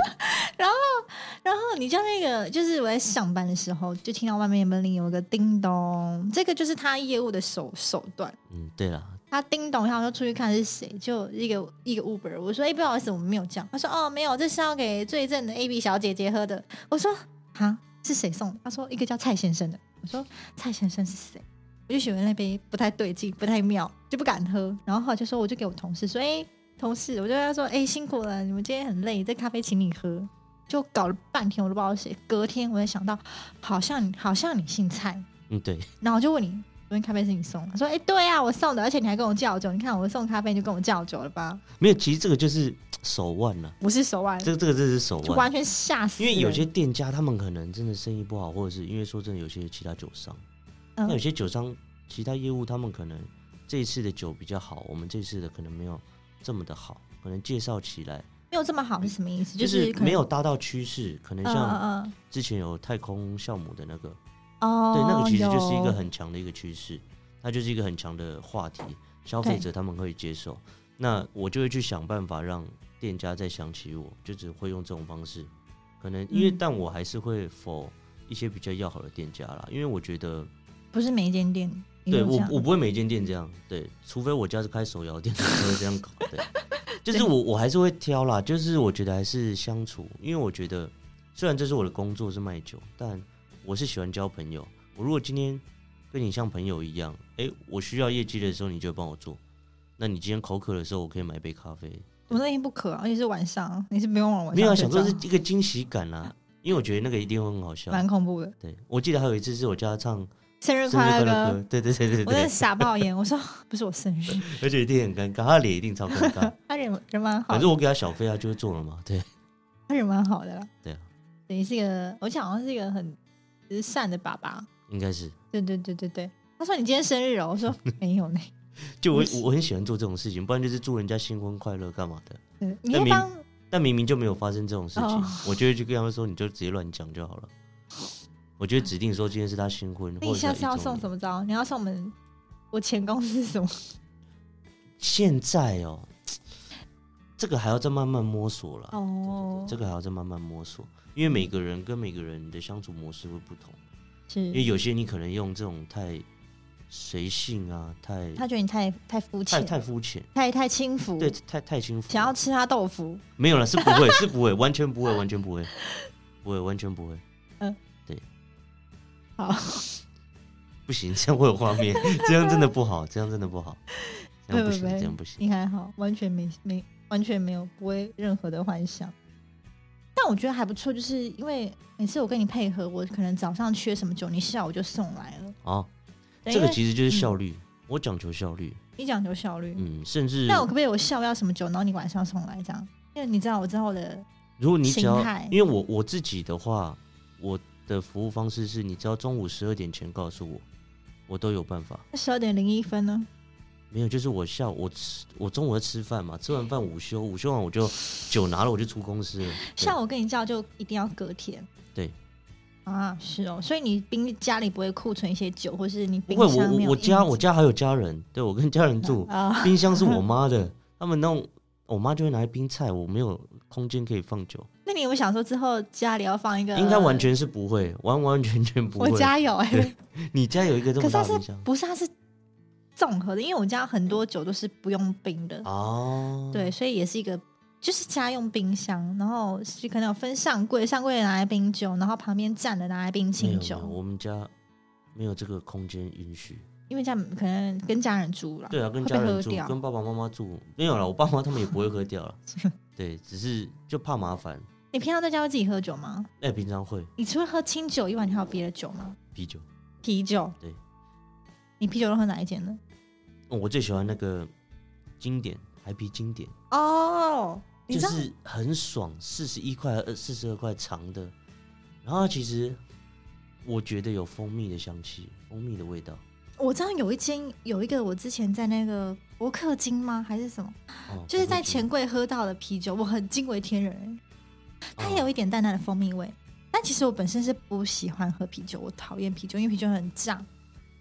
[SPEAKER 1] 然后你知道那个就是我在上班的时候，就听到外面门铃有一个叮咚，这个就是他业务的手手段。
[SPEAKER 2] 嗯，对了，
[SPEAKER 1] 他叮咚一下，我就出去看是谁，就一个一个 Uber，我说：“哎、不好意思，我们没有叫。”他说：“哦，没有，这是要给最正的 A B 小姐姐喝的。”我说：“啊，是谁送的？”他说：“一个叫蔡先生的。”我说：“蔡先生是谁？”我就觉得那杯不太对劲，不太妙，就不敢喝。然后后来就说，我就给我同事说：“哎、同事，我就跟他说：‘哎、辛苦了，你们今天很累，这咖啡请你喝。’就搞了半天，我都不知道是谁。隔天我才想到，好像你好像你姓蔡，
[SPEAKER 2] 嗯，对，
[SPEAKER 1] 然后我就问你，昨天咖啡是你送的？他说：“哎、对啊，我送的，而且你还跟我叫酒。你看我送咖啡，你就跟我叫酒了吧？
[SPEAKER 2] 没有，其实这个就是手腕了，
[SPEAKER 1] 不是手腕，
[SPEAKER 2] 这个这个真的是手
[SPEAKER 1] 就
[SPEAKER 2] 腕，
[SPEAKER 1] 完全吓死
[SPEAKER 2] 因
[SPEAKER 1] 人。
[SPEAKER 2] 为有些店家他们可能真的生意不好，或者是因为说真的有些其他酒商，
[SPEAKER 1] 嗯
[SPEAKER 2] 那有些酒商其他业务他们可能这一次的酒比较好，我们这次的可能没有这么的好，可能介绍起来
[SPEAKER 1] 没有这么好是什么意思？
[SPEAKER 2] 就是是
[SPEAKER 1] 可能
[SPEAKER 2] 没有搭到趋势，可能
[SPEAKER 1] 嗯
[SPEAKER 2] 像
[SPEAKER 1] 嗯
[SPEAKER 2] 之前有太空酵母的那个，
[SPEAKER 1] 嗯哦，
[SPEAKER 2] 对，那个其实就是一
[SPEAKER 1] 有
[SPEAKER 2] 个很强的一个趋势，它就是一个很强的话题，消费者他们会接受，那我就会去想办法让店家再想起我，就只会用这种方式，可能因为、
[SPEAKER 1] 嗯
[SPEAKER 2] 但我还是会否一些比较要好的店家啦，因为我觉得
[SPEAKER 1] 不是每一间店也
[SPEAKER 2] 对
[SPEAKER 1] 有这
[SPEAKER 2] 我
[SPEAKER 1] 样
[SPEAKER 2] 我不会每间店这样，对，除非我家是开手摇店，才会这样搞，对，就是我我还是会挑啦，就是我觉得还是相处，因为我觉得虽然这是我的工作是卖酒，但我是喜欢交朋友。我如果今天跟你像朋友一样，诶，我需要业绩的时候你就帮我做，那你今天口渴的时候我可以买杯咖啡，
[SPEAKER 1] 我那天不渴，而且是晚上，你是不用往晚上
[SPEAKER 2] 没有啊
[SPEAKER 1] 睡
[SPEAKER 2] 想说
[SPEAKER 1] 觉
[SPEAKER 2] 是一个惊喜感啊，因为我觉得那个一定会很好笑。
[SPEAKER 1] 蛮恐怖的。
[SPEAKER 2] 对，我记得还有一次是我叫他唱
[SPEAKER 1] 生日
[SPEAKER 2] 生日快
[SPEAKER 1] 快
[SPEAKER 2] 乐
[SPEAKER 1] 乐
[SPEAKER 2] 歌
[SPEAKER 1] 歌，，
[SPEAKER 2] 对对对对
[SPEAKER 1] 我真的
[SPEAKER 2] 对，
[SPEAKER 1] 傻爆
[SPEAKER 2] [laughs]
[SPEAKER 1] 眼，我说不是我生日，
[SPEAKER 2] 而且一定很尴尬，他的脸一定超尴
[SPEAKER 1] [laughs]
[SPEAKER 2] 尬。
[SPEAKER 1] 他人人蛮好
[SPEAKER 2] 反
[SPEAKER 1] 的
[SPEAKER 2] 正，我给他小费，他就会做了
[SPEAKER 1] [laughs]
[SPEAKER 2] 嘛。对，
[SPEAKER 1] 他人蛮好的啦。
[SPEAKER 2] 对啊，
[SPEAKER 1] 对，你是一个，我想好像是一个很就是善的爸爸。
[SPEAKER 2] 应该是。
[SPEAKER 1] 对对对对对，他说你今天生日哦，我
[SPEAKER 2] [laughs]
[SPEAKER 1] 说没有呢。
[SPEAKER 2] 就我我很喜欢做这种事情，不然就是祝人家新婚快乐干嘛的。
[SPEAKER 1] 对你可
[SPEAKER 2] 那
[SPEAKER 1] 以
[SPEAKER 2] 明
[SPEAKER 1] 帮
[SPEAKER 2] 但明明就没有发生这种事情，
[SPEAKER 1] 哦
[SPEAKER 2] 我就会去跟他们说，你就直接乱讲就好了。我就会指定说今天是他新婚，
[SPEAKER 1] 那
[SPEAKER 2] 或
[SPEAKER 1] 你
[SPEAKER 2] 者是
[SPEAKER 1] 下
[SPEAKER 2] 他
[SPEAKER 1] 次要送
[SPEAKER 2] 一周
[SPEAKER 1] 什
[SPEAKER 2] 年
[SPEAKER 1] 么招？你要送我们我前公司
[SPEAKER 2] [laughs]
[SPEAKER 1] 什么？
[SPEAKER 2] 现在哦，这个还要再慢慢摸索了。
[SPEAKER 1] 哦，
[SPEAKER 2] 这个还要再慢慢摸索，因为每个人跟每个人的相处模式会不
[SPEAKER 1] 嗯
[SPEAKER 2] 同。因为
[SPEAKER 1] 是
[SPEAKER 2] 有些你可能用这种太随性啊，太
[SPEAKER 1] 他觉得你太太肤
[SPEAKER 2] 太
[SPEAKER 1] 浅，
[SPEAKER 2] 太肤浅，
[SPEAKER 1] 太太轻浮，
[SPEAKER 2] 对，太太轻浮了。
[SPEAKER 1] 想要吃他豆腐。
[SPEAKER 2] 没有了，是不会， [laughs] 是不会，完全不会，完全不会，不会，完全不会。
[SPEAKER 1] 嗯，
[SPEAKER 2] 对。
[SPEAKER 1] 好，
[SPEAKER 2] [laughs] 不行，这样会有画
[SPEAKER 1] [laughs]
[SPEAKER 2] 面，这样真的不好，这样真的不好，这样不行，
[SPEAKER 1] 不不不
[SPEAKER 2] 这样不行。
[SPEAKER 1] 你还好，完全没没完全没有不会任何的幻想。但我觉得还不错，就是因为每次我跟你配合，我可能早上缺什么酒，你下午就送来了。
[SPEAKER 2] 哦，
[SPEAKER 1] 对
[SPEAKER 2] 这个
[SPEAKER 1] 因为
[SPEAKER 2] 其实就是效率，我讲求效率，
[SPEAKER 1] 你讲究效率，
[SPEAKER 2] 嗯，甚至
[SPEAKER 1] 那我可不可以我下午要什么酒，然后你晚上送来这样？因为你知道，我知道我的
[SPEAKER 2] 如果你只要
[SPEAKER 1] 形态，
[SPEAKER 2] 因为我我自己的话，我的服务方式是你只要中午十二点前告诉我，我都有办法。
[SPEAKER 1] 十二点零一分呢，
[SPEAKER 2] 没有，就是我下午我吃我中午在吃饭嘛，吃完饭午休，午休完我就酒拿了我就出公司了。对
[SPEAKER 1] 下午跟你叫就一定要隔天。
[SPEAKER 2] 对。
[SPEAKER 1] 啊，是哦，所以你冰家里不会库存一些酒，或是你
[SPEAKER 2] 不
[SPEAKER 1] 冰
[SPEAKER 2] 会，
[SPEAKER 1] 箱没
[SPEAKER 2] 我我
[SPEAKER 1] 有
[SPEAKER 2] 我家
[SPEAKER 1] 应
[SPEAKER 2] 我家还有家人，对我跟家人
[SPEAKER 1] 急 [laughs]
[SPEAKER 2] 住，
[SPEAKER 1] 啊，
[SPEAKER 2] 冰箱是我妈的，他们弄我妈就会拿来冰菜，我没有空间可以放酒，
[SPEAKER 1] 那你有没有想说之后家里要放一个？
[SPEAKER 2] 应该完全是不会，完完全全不
[SPEAKER 1] 我
[SPEAKER 2] 会。
[SPEAKER 1] 家有哎、
[SPEAKER 2] 对你家有一个这
[SPEAKER 1] 可
[SPEAKER 2] 么
[SPEAKER 1] 是
[SPEAKER 2] 大
[SPEAKER 1] 它
[SPEAKER 2] 的
[SPEAKER 1] 是
[SPEAKER 2] 冰箱
[SPEAKER 1] 不是它是综合的？因为我家很多酒都是不用冰的，
[SPEAKER 2] 哦，
[SPEAKER 1] 对，所以也是一个就是家用冰箱，然后是可能有分上柜，上柜拿来冰酒，然后旁边站的拿来冰
[SPEAKER 2] 没有
[SPEAKER 1] 清
[SPEAKER 2] 哦没有
[SPEAKER 1] 酒，
[SPEAKER 2] 我们家没有这个空间允许。
[SPEAKER 1] 因为这样可能跟家人住了，
[SPEAKER 2] 对啊，跟
[SPEAKER 1] 会
[SPEAKER 2] 家
[SPEAKER 1] 被
[SPEAKER 2] 人
[SPEAKER 1] 喝
[SPEAKER 2] 住，
[SPEAKER 1] 掉。
[SPEAKER 2] 跟爸爸妈妈住，没有了，我爸妈他们也不会喝
[SPEAKER 1] [laughs]
[SPEAKER 2] 掉了。对，只是就怕麻烦。
[SPEAKER 1] 你平常在家会自己喝酒吗？
[SPEAKER 2] 哎、平常会
[SPEAKER 1] 你除了喝清酒以外，你还有别的酒吗？
[SPEAKER 2] 啤酒、
[SPEAKER 1] 啤酒，
[SPEAKER 2] 对，
[SPEAKER 1] 你啤酒都喝哪一间的？
[SPEAKER 2] 哦我最喜欢那个经典台啤经典，
[SPEAKER 1] 哦，你
[SPEAKER 2] 就
[SPEAKER 1] 知道，
[SPEAKER 2] 是很爽，四十一块、呃四十二块长的，然后它其实我觉得有蜂蜜的香气，蜂蜜的味道。
[SPEAKER 1] 我知道有一间有一个，我之前在那个伯克金吗？还是什么？
[SPEAKER 2] 哦、
[SPEAKER 1] 就是在
[SPEAKER 2] 前
[SPEAKER 1] 钱柜喝到的啤酒，我很惊为天人欸。它也有一
[SPEAKER 2] 一
[SPEAKER 1] 点淡淡的蜂蜜味。但其实我本身是不喜欢喝啤酒，我讨厌啤酒，因为啤酒很胀。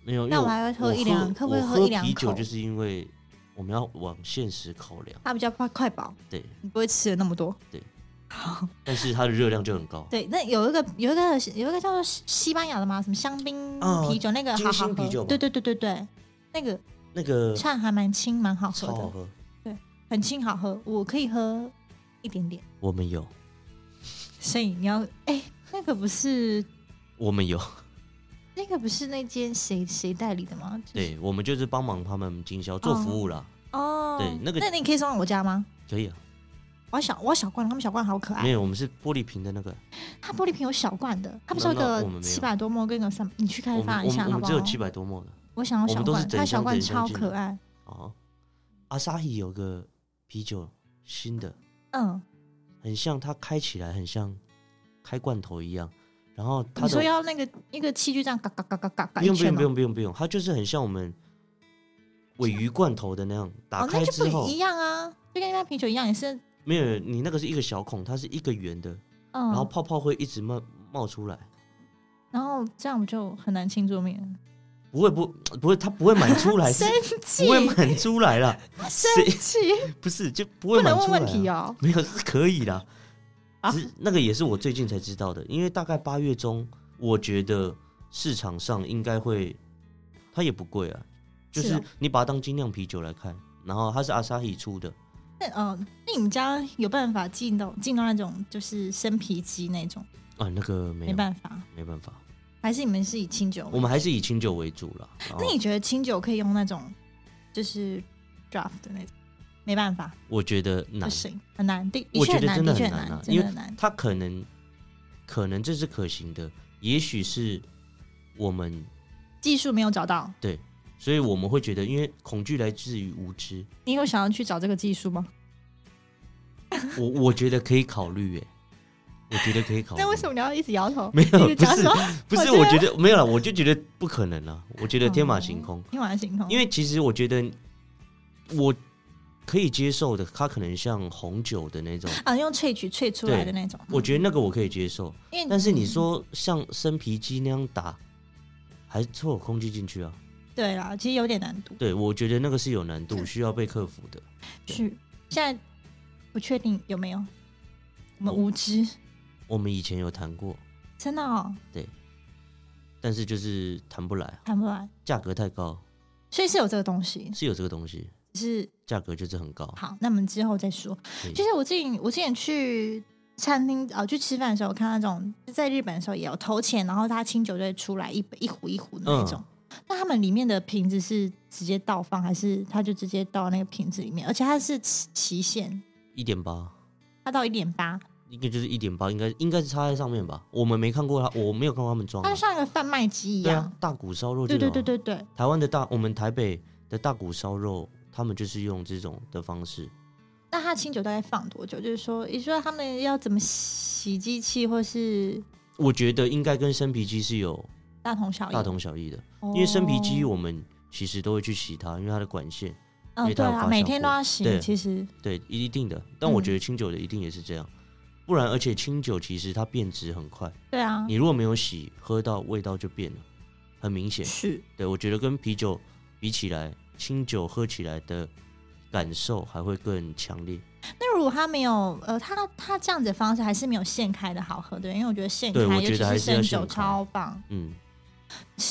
[SPEAKER 2] 没有，因
[SPEAKER 1] 那
[SPEAKER 2] 为
[SPEAKER 1] 我还会喝一两可不可以
[SPEAKER 2] 我
[SPEAKER 1] 喝
[SPEAKER 2] 喝
[SPEAKER 1] 一两
[SPEAKER 2] 啤酒
[SPEAKER 1] 口
[SPEAKER 2] 就是因为我们要往现实考量，
[SPEAKER 1] 它比较快快饱，
[SPEAKER 2] 对，
[SPEAKER 1] 你不会吃的那么多。
[SPEAKER 2] 对，
[SPEAKER 1] 好，
[SPEAKER 2] 但是它的热量就很高。
[SPEAKER 1] 对，那有一个有一个有一个叫做西西班牙的嘛，什么香槟
[SPEAKER 2] 哦
[SPEAKER 1] 啤酒，那个
[SPEAKER 2] 金
[SPEAKER 1] 好好喝
[SPEAKER 2] 星啤酒吧
[SPEAKER 1] 对对对对对，那个
[SPEAKER 2] 那个
[SPEAKER 1] 呛还蛮轻，蛮好嗯喝
[SPEAKER 2] 超好
[SPEAKER 1] 的，
[SPEAKER 2] 喝，
[SPEAKER 1] 很轻好喝，我可以喝一点点。
[SPEAKER 2] 我们有，
[SPEAKER 1] 所以你要哎、那个不是
[SPEAKER 2] 我们有。
[SPEAKER 1] [laughs] 那个不是那间谁谁代理的吗？就是
[SPEAKER 2] 对，我们就是帮忙他们经销
[SPEAKER 1] 嗯
[SPEAKER 2] 做服务啦，
[SPEAKER 1] 哦，
[SPEAKER 2] 对那个
[SPEAKER 1] 那你可以送到我家吗？
[SPEAKER 2] 可以啊。
[SPEAKER 1] 我要小我要小罐，他们小罐好可爱
[SPEAKER 2] 没。有，我们是玻璃瓶的那个，
[SPEAKER 1] 它玻璃瓶有小罐的，它不是有
[SPEAKER 2] 那那我们
[SPEAKER 1] 个
[SPEAKER 2] 没有
[SPEAKER 1] 七百多沫跟个三，你去
[SPEAKER 2] 我
[SPEAKER 1] 开
[SPEAKER 2] 们
[SPEAKER 1] 发一
[SPEAKER 2] 我
[SPEAKER 1] 下
[SPEAKER 2] 们我
[SPEAKER 1] 好
[SPEAKER 2] 们
[SPEAKER 1] 不
[SPEAKER 2] 只
[SPEAKER 1] 好
[SPEAKER 2] 有？七百多沫的
[SPEAKER 1] 我想要
[SPEAKER 2] 我
[SPEAKER 1] 小
[SPEAKER 2] 们都是
[SPEAKER 1] 罐，
[SPEAKER 2] 整
[SPEAKER 1] 它小
[SPEAKER 2] 箱
[SPEAKER 1] 罐
[SPEAKER 2] 整箱
[SPEAKER 1] 超
[SPEAKER 2] 进
[SPEAKER 1] 可
[SPEAKER 2] 的
[SPEAKER 1] 爱。
[SPEAKER 2] 哦。阿萨伊有个啤酒新的，
[SPEAKER 1] 嗯，
[SPEAKER 2] 很像它开起来很像开罐头一样，然后它
[SPEAKER 1] 你说
[SPEAKER 2] 的
[SPEAKER 1] 要那个一个器具这样嘎嘎嘎嘎嘎嘎
[SPEAKER 2] 不
[SPEAKER 1] 一
[SPEAKER 2] 用不
[SPEAKER 1] 圈
[SPEAKER 2] 用
[SPEAKER 1] 吗哦
[SPEAKER 2] 不用不用不用，它就是很像我们尾鱼罐头的那样，打
[SPEAKER 1] 哦，
[SPEAKER 2] 开
[SPEAKER 1] 那就
[SPEAKER 2] 之
[SPEAKER 1] 不
[SPEAKER 2] 后
[SPEAKER 1] 一样啊，就跟一般啤酒一样，也是
[SPEAKER 2] 没有你那个是一个小孔，它是一个圆的，
[SPEAKER 1] 嗯，
[SPEAKER 2] 然后泡泡会一直冒冒出来。
[SPEAKER 1] 然后这样我就很难庆祝面，
[SPEAKER 2] 不会不不会，它不会满出来，
[SPEAKER 1] [laughs]
[SPEAKER 2] 是
[SPEAKER 1] 生气
[SPEAKER 2] 不会满出来啦，
[SPEAKER 1] [laughs] 生气，
[SPEAKER 2] 不是就不
[SPEAKER 1] 不
[SPEAKER 2] 会满
[SPEAKER 1] 能
[SPEAKER 2] 出
[SPEAKER 1] 问
[SPEAKER 2] 来、啊
[SPEAKER 1] 问题，哦。
[SPEAKER 2] 没有是可以啦。
[SPEAKER 1] 啊
[SPEAKER 2] 只是那个也是我最近才知道的，因为大概八月中，我觉得市场上应该会，它也不贵啊，就是是
[SPEAKER 1] 哦
[SPEAKER 2] 你把它当精酿啤酒来看，然后它是阿萨希出的，
[SPEAKER 1] 那嗯，那你们家有办法进到进到那种就是生啤机那种？
[SPEAKER 2] 啊，那个没
[SPEAKER 1] 没
[SPEAKER 2] 有
[SPEAKER 1] 办法，
[SPEAKER 2] 没办法，
[SPEAKER 1] 还是你们是以清酒为主？
[SPEAKER 2] 我们还是以清酒为主啦。然后哦
[SPEAKER 1] 那你觉得清酒可以用那种就是 draft 的那种？没办法，
[SPEAKER 2] 我觉得
[SPEAKER 1] 不
[SPEAKER 2] 难，
[SPEAKER 1] 行，很难，的的
[SPEAKER 2] 我
[SPEAKER 1] 确很
[SPEAKER 2] 觉得
[SPEAKER 1] 难，
[SPEAKER 2] 真的
[SPEAKER 1] 确
[SPEAKER 2] 很
[SPEAKER 1] 很
[SPEAKER 2] 难啊
[SPEAKER 1] 真
[SPEAKER 2] 因
[SPEAKER 1] 的
[SPEAKER 2] 为
[SPEAKER 1] 很难。
[SPEAKER 2] 他可能可能这是可行的，也许是我们，
[SPEAKER 1] 技术没有找到，
[SPEAKER 2] 所以我们会觉得，因为恐惧来自于无知，
[SPEAKER 1] 你有想要去找这个技术吗？
[SPEAKER 2] 我我觉得可以考虑，哎，我觉得可以考虑。
[SPEAKER 1] 那为什么你要一直摇头？
[SPEAKER 2] 哦没
[SPEAKER 1] 一
[SPEAKER 2] 有？
[SPEAKER 1] 直
[SPEAKER 2] 不
[SPEAKER 1] 讲
[SPEAKER 2] 是
[SPEAKER 1] 说
[SPEAKER 2] 不是，
[SPEAKER 1] 我
[SPEAKER 2] 我
[SPEAKER 1] 觉哦
[SPEAKER 2] 觉得没有了，我就觉得不可能了，我觉得天马行空。
[SPEAKER 1] 天马行空，
[SPEAKER 2] 因为其实我觉得我可以接受的，它可能像红酒的那种，
[SPEAKER 1] 啊用萃取萃出来的那种，
[SPEAKER 2] 我觉得那个我可以接受。
[SPEAKER 1] 因为
[SPEAKER 2] 但是你说像生皮机那样打，还错空气进去啊？
[SPEAKER 1] 对啦，其实有点难度。
[SPEAKER 2] 对，我觉得那个是有难
[SPEAKER 1] 嗯
[SPEAKER 2] 度，需要被克服的。对
[SPEAKER 1] 是现在不确定有没有，我们
[SPEAKER 2] 我
[SPEAKER 1] 无知，
[SPEAKER 2] 我们以前有谈过，
[SPEAKER 1] 真的哦，
[SPEAKER 2] 但是就是谈不来，啊
[SPEAKER 1] 谈不来。
[SPEAKER 2] 价格太高，
[SPEAKER 1] 所以是有这个东西，
[SPEAKER 2] 是有这个东西，
[SPEAKER 1] 只是
[SPEAKER 2] 价格就是很高。
[SPEAKER 1] 好，那我们之后再说。
[SPEAKER 2] 哦对
[SPEAKER 1] 就是我之前我之前去餐厅哦、去吃饭的时候，我看到那种在日本的时候也有投钱，然后他清酒就会出来一一壶一壶的那种。
[SPEAKER 2] 嗯
[SPEAKER 1] 那他们里面的瓶子是直接倒放，还是他就直接倒那个瓶子里面？而且它是期期限，
[SPEAKER 2] 一点八，
[SPEAKER 1] 它到一点八，
[SPEAKER 2] 应该就是一点八，应该应该是插在上面吧？我们没看过他，我没有看过他们装啊、
[SPEAKER 1] 它就像一个贩卖机一
[SPEAKER 2] 对
[SPEAKER 1] 样
[SPEAKER 2] 啊。，大骨烧肉就
[SPEAKER 1] 对
[SPEAKER 2] 有
[SPEAKER 1] 对对
[SPEAKER 2] 啊
[SPEAKER 1] 对对，
[SPEAKER 2] 台湾的大，我们台北的大骨烧肉，他们就是用这种的方式，
[SPEAKER 1] 那它清酒大概放多久？就是说，也就是说他们要怎么洗机器，或是
[SPEAKER 2] 我觉得应该跟生皮鸡是有
[SPEAKER 1] 大同小异。
[SPEAKER 2] 大同小异的，
[SPEAKER 1] 哦，
[SPEAKER 2] 因为生皮鸡我们其实都会去洗它，因为它的管线，因
[SPEAKER 1] 嗯，
[SPEAKER 2] 为
[SPEAKER 1] 对
[SPEAKER 2] 它有发
[SPEAKER 1] 啊，
[SPEAKER 2] 酵
[SPEAKER 1] 每天都
[SPEAKER 2] 过
[SPEAKER 1] 要洗，
[SPEAKER 2] 对
[SPEAKER 1] 其实
[SPEAKER 2] 对，一定的。但我觉得
[SPEAKER 1] 嗯
[SPEAKER 2] 清酒的一定也是这样，不然而且清酒其实它变质很快，
[SPEAKER 1] 对啊
[SPEAKER 2] 你，如果没有洗，喝到味道就变了，很明显。
[SPEAKER 1] 是
[SPEAKER 2] 对我觉得跟啤酒比起来，清酒喝起来的感受还会更强烈。
[SPEAKER 1] 那如果它没有呃，它它这样子的方式还是没有现开的好喝对，因为我觉得现开，
[SPEAKER 2] 对我
[SPEAKER 1] 尤
[SPEAKER 2] 觉
[SPEAKER 1] 其
[SPEAKER 2] 得还是要
[SPEAKER 1] 生酒
[SPEAKER 2] 现开
[SPEAKER 1] 超棒。
[SPEAKER 2] 嗯，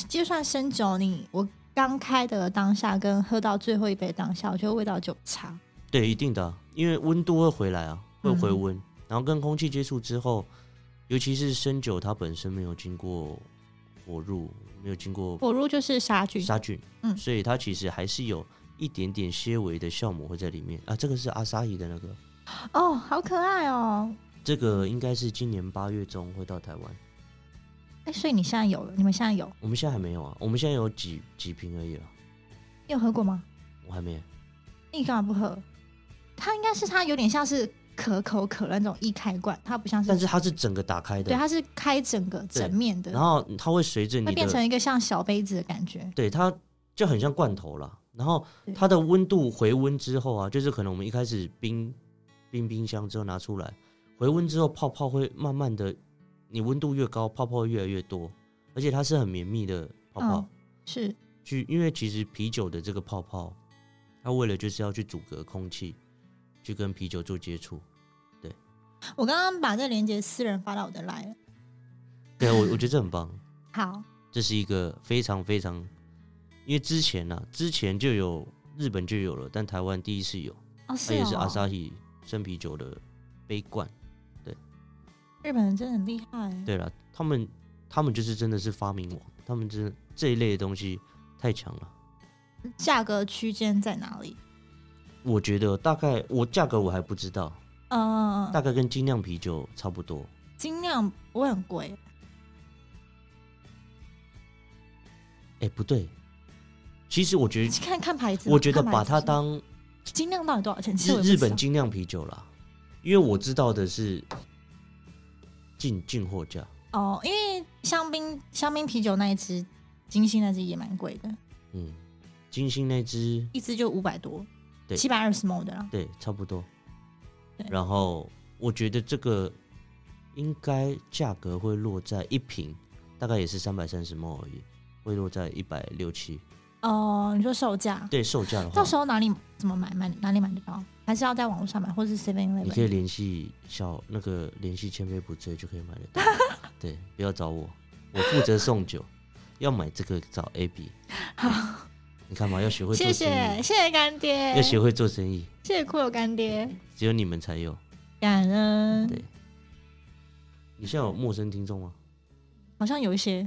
[SPEAKER 1] 就算生酒你，我刚开的当下跟喝到最后一杯当下，我觉得味道就有差。
[SPEAKER 2] 对，一定的啊，因为温度会回来啊，会回温，然后跟空气接触之后，尤其是生酒，它本身没有经过火入，没有经过
[SPEAKER 1] 火入就是杀菌，
[SPEAKER 2] 杀菌，
[SPEAKER 1] 嗯
[SPEAKER 2] 所以它其实还是有一点点些微的酵母会在里面啊。这个是阿萨伊的那个，
[SPEAKER 1] 哦，好可爱哦。
[SPEAKER 2] 这个应该是今年八月中会到台湾，
[SPEAKER 1] 哎，所以你现在有了，你们现在有，
[SPEAKER 2] 我们现在还没有啊，我们现在有几几瓶而已啊，
[SPEAKER 1] 你有喝过吗？
[SPEAKER 2] 我还没，
[SPEAKER 1] 你干嘛不喝？它应该是它有点像是可口可乐那种易开罐，它不像是
[SPEAKER 2] 但，是它是整个打开
[SPEAKER 1] 对，
[SPEAKER 2] 的，
[SPEAKER 1] 它是开整个整面的，
[SPEAKER 2] 然后它会随着
[SPEAKER 1] 会
[SPEAKER 2] 你
[SPEAKER 1] 变
[SPEAKER 2] 的
[SPEAKER 1] 成一个像小杯子的感觉。
[SPEAKER 2] 对，它就很像罐头啦。然后
[SPEAKER 1] 对
[SPEAKER 2] 它的温度回温之后啊，就是可能我们一开始冰冰冰箱之后拿出来，回温之后泡泡会慢慢的，你温度越高，泡泡越来越多，而且它是很绵密的泡泡。
[SPEAKER 1] 嗯，是
[SPEAKER 2] 去，因为其实啤酒的这个泡泡，它为了就是要去阻隔空气，去跟啤酒做接触。
[SPEAKER 1] 我刚刚把这链接私人发到我的来了。
[SPEAKER 2] 对啊，我我觉得这很棒，
[SPEAKER 1] 好，
[SPEAKER 2] 这是一个非常非常，因为之前呢、啊，之前就有日本就有了，但台湾第一次有。
[SPEAKER 1] 哦，
[SPEAKER 2] 它
[SPEAKER 1] 是
[SPEAKER 2] 也
[SPEAKER 1] 哦，
[SPEAKER 2] 是阿萨希生啤酒的杯罐。
[SPEAKER 1] 日本人真的很厉害。
[SPEAKER 2] 对了，他们他们就是真的是发明王，他们真的这一类的东西太强了。
[SPEAKER 1] 价格区间在哪里？
[SPEAKER 2] 我觉得大概我价格我还不知道，
[SPEAKER 1] 嗯、
[SPEAKER 2] 大概跟精酿啤酒差不多。
[SPEAKER 1] 精酿不会很贵，
[SPEAKER 2] 哎、不对，其实我觉得
[SPEAKER 1] 去看看牌子。
[SPEAKER 2] 嗯我觉得
[SPEAKER 1] 看牌
[SPEAKER 2] 把
[SPEAKER 1] 子
[SPEAKER 2] 它当
[SPEAKER 1] 精酿到底多少钱？其实
[SPEAKER 2] 日
[SPEAKER 1] 我也不
[SPEAKER 2] 日
[SPEAKER 1] 知道
[SPEAKER 2] 本精酿啤酒啦，因为我知道的是进进货价。
[SPEAKER 1] 哦，因为香槟香槟啤酒那一支，金星那支也蛮贵的，
[SPEAKER 2] 嗯，金星那支
[SPEAKER 1] 一支就五百多，
[SPEAKER 2] 对
[SPEAKER 1] 七百二十 ml 的啦。
[SPEAKER 2] 对，差不多
[SPEAKER 1] 对。
[SPEAKER 2] 然后我觉得这个应该价格会落在一瓶，大概也是三百三十毛而已，会落在一百六七。
[SPEAKER 1] 哦，你说售价，
[SPEAKER 2] 对，售价的话
[SPEAKER 1] 到，时候哪里怎么买买哪里买得到？还是要在网络上买，或是 Seven
[SPEAKER 2] 你可以
[SPEAKER 1] Eleven？
[SPEAKER 2] 联系小那个联系千杯不醉就可以买得
[SPEAKER 1] [laughs]
[SPEAKER 2] 到。对，不要找我，我负责送酒。 [laughs] 要买这个找 AB，
[SPEAKER 1] 好，
[SPEAKER 2] 你看嘛，要学会
[SPEAKER 1] 谢
[SPEAKER 2] 做生
[SPEAKER 1] 谢
[SPEAKER 2] 意，
[SPEAKER 1] 谢谢干爹
[SPEAKER 2] 要，学会做生意，
[SPEAKER 1] 谢谢酷友干爹，
[SPEAKER 2] 只有你们才有。
[SPEAKER 1] 感恩。
[SPEAKER 2] 对，你现在有陌生听众吗？
[SPEAKER 1] 好像有一些，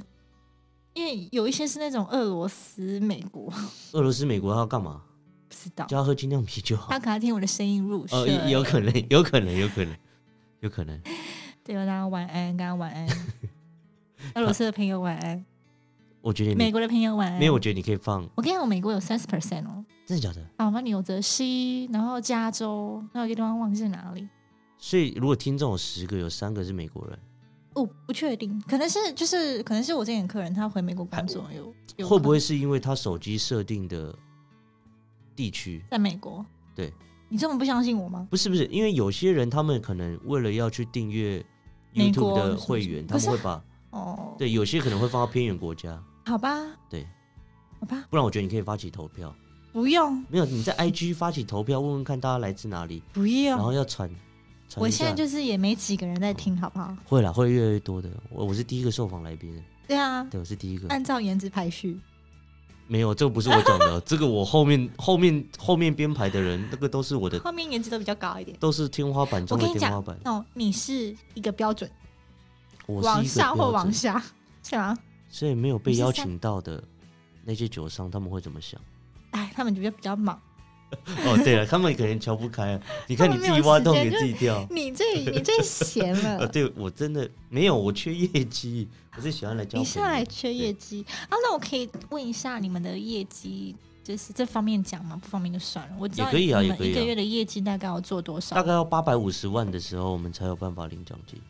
[SPEAKER 1] 因为有一些是那种俄罗斯、美国，
[SPEAKER 2] 俄罗斯、美国他要干嘛？
[SPEAKER 1] 不知道，
[SPEAKER 2] 叫他喝精酿啤酒好
[SPEAKER 1] 他
[SPEAKER 2] 了。
[SPEAKER 1] 可能听我的声音入睡。
[SPEAKER 2] 哦，也有可能，有可能，有可能，有可能。
[SPEAKER 1] 对吧？大家晚安，大家晚
[SPEAKER 2] [laughs]
[SPEAKER 1] 安。俄罗斯的朋友晚安，
[SPEAKER 2] 我觉得
[SPEAKER 1] 美
[SPEAKER 2] 你
[SPEAKER 1] 国的朋友晚安。
[SPEAKER 2] 没有，我，觉得你可以放，
[SPEAKER 1] 我跟你讲，美国有三十 percent 哦，
[SPEAKER 2] 真的假的？
[SPEAKER 1] 啊，我们纽泽西，然后加州，还有一个地方忘记是哪里，
[SPEAKER 2] 所以如果听众有十个，有三个是美国人，
[SPEAKER 1] 哦，不确定，可能是就是可能是我之前的客人他回美国工作有，有
[SPEAKER 2] 会不会
[SPEAKER 1] 可
[SPEAKER 2] 是因为他手机设定的地区？
[SPEAKER 1] 能在美国？
[SPEAKER 2] 对，
[SPEAKER 1] 你这么不相信我吗？
[SPEAKER 2] 不是不是，因为有些人他们可能为了要去订阅
[SPEAKER 1] 美国
[SPEAKER 2] YouTube
[SPEAKER 1] 是
[SPEAKER 2] 的
[SPEAKER 1] 不是
[SPEAKER 2] 会员，他
[SPEAKER 1] 不是
[SPEAKER 2] 们会把
[SPEAKER 1] 哦，，
[SPEAKER 2] 对有些可能会放到偏远国家，
[SPEAKER 1] 好吧，
[SPEAKER 2] 对，
[SPEAKER 1] 好吧，
[SPEAKER 2] 不然我觉得你可以发起投票，
[SPEAKER 1] 不用，
[SPEAKER 2] 没有你在 IG 发起投票，问问看大家来自哪里，
[SPEAKER 1] 不
[SPEAKER 2] 然后
[SPEAKER 1] 用。
[SPEAKER 2] 要传。
[SPEAKER 1] 啊
[SPEAKER 2] 传
[SPEAKER 1] 我
[SPEAKER 2] 一
[SPEAKER 1] 现在
[SPEAKER 2] 下
[SPEAKER 1] 就是也没几个人在听，好不好？
[SPEAKER 2] 会啦，会越来越多的。我我是第一个受访来宾，
[SPEAKER 1] 对啊，
[SPEAKER 2] 对，我是第一个。
[SPEAKER 1] 按照颜值排序，
[SPEAKER 2] 没有，这个不是我
[SPEAKER 1] [laughs]
[SPEAKER 2] 讲的，这个我后面后面后面编排的人，那个都是我的，
[SPEAKER 1] 后面颜值都比较高一点。
[SPEAKER 2] 都是天花板
[SPEAKER 1] 我
[SPEAKER 2] 中
[SPEAKER 1] 跟
[SPEAKER 2] 的
[SPEAKER 1] 你
[SPEAKER 2] 天花
[SPEAKER 1] 讲
[SPEAKER 2] 板，。
[SPEAKER 1] 哦，你是一个标准，
[SPEAKER 2] 我是
[SPEAKER 1] 往
[SPEAKER 2] 一个
[SPEAKER 1] 上
[SPEAKER 2] 标
[SPEAKER 1] 或往
[SPEAKER 2] 准，
[SPEAKER 1] 下， [laughs] 是吗？
[SPEAKER 2] 所以没有被
[SPEAKER 1] 你是
[SPEAKER 2] 邀
[SPEAKER 1] 三
[SPEAKER 2] 请到的那些酒商，他们会怎
[SPEAKER 1] [laughs]
[SPEAKER 2] 么想？
[SPEAKER 1] 哎，他们就比较比较忙。
[SPEAKER 2] 哦，对了，他们可能瞧不开啊。你看
[SPEAKER 1] 他
[SPEAKER 2] 你
[SPEAKER 1] 们
[SPEAKER 2] 自
[SPEAKER 1] 没
[SPEAKER 2] 己
[SPEAKER 1] 有
[SPEAKER 2] 挖
[SPEAKER 1] 时
[SPEAKER 2] 洞
[SPEAKER 1] 间
[SPEAKER 2] 给
[SPEAKER 1] 就
[SPEAKER 2] 自己掉。
[SPEAKER 1] 你最你最闲
[SPEAKER 2] 呃，
[SPEAKER 1] 了，
[SPEAKER 2] [laughs] 对我真的没有，我缺业绩，我是喜欢来交朋友。
[SPEAKER 1] 你下来缺业
[SPEAKER 2] 绩，
[SPEAKER 1] 绩啊？那我可以问一下你们的业绩，就是这方面讲吗？不方便就算了。我知道
[SPEAKER 2] 也可以啊
[SPEAKER 1] 你
[SPEAKER 2] 也可
[SPEAKER 1] 们
[SPEAKER 2] 以啊
[SPEAKER 1] 一个月的业绩大概要做多
[SPEAKER 2] 大
[SPEAKER 1] 少？
[SPEAKER 2] 概要八百五十万的时候，我们才有办法领奖金。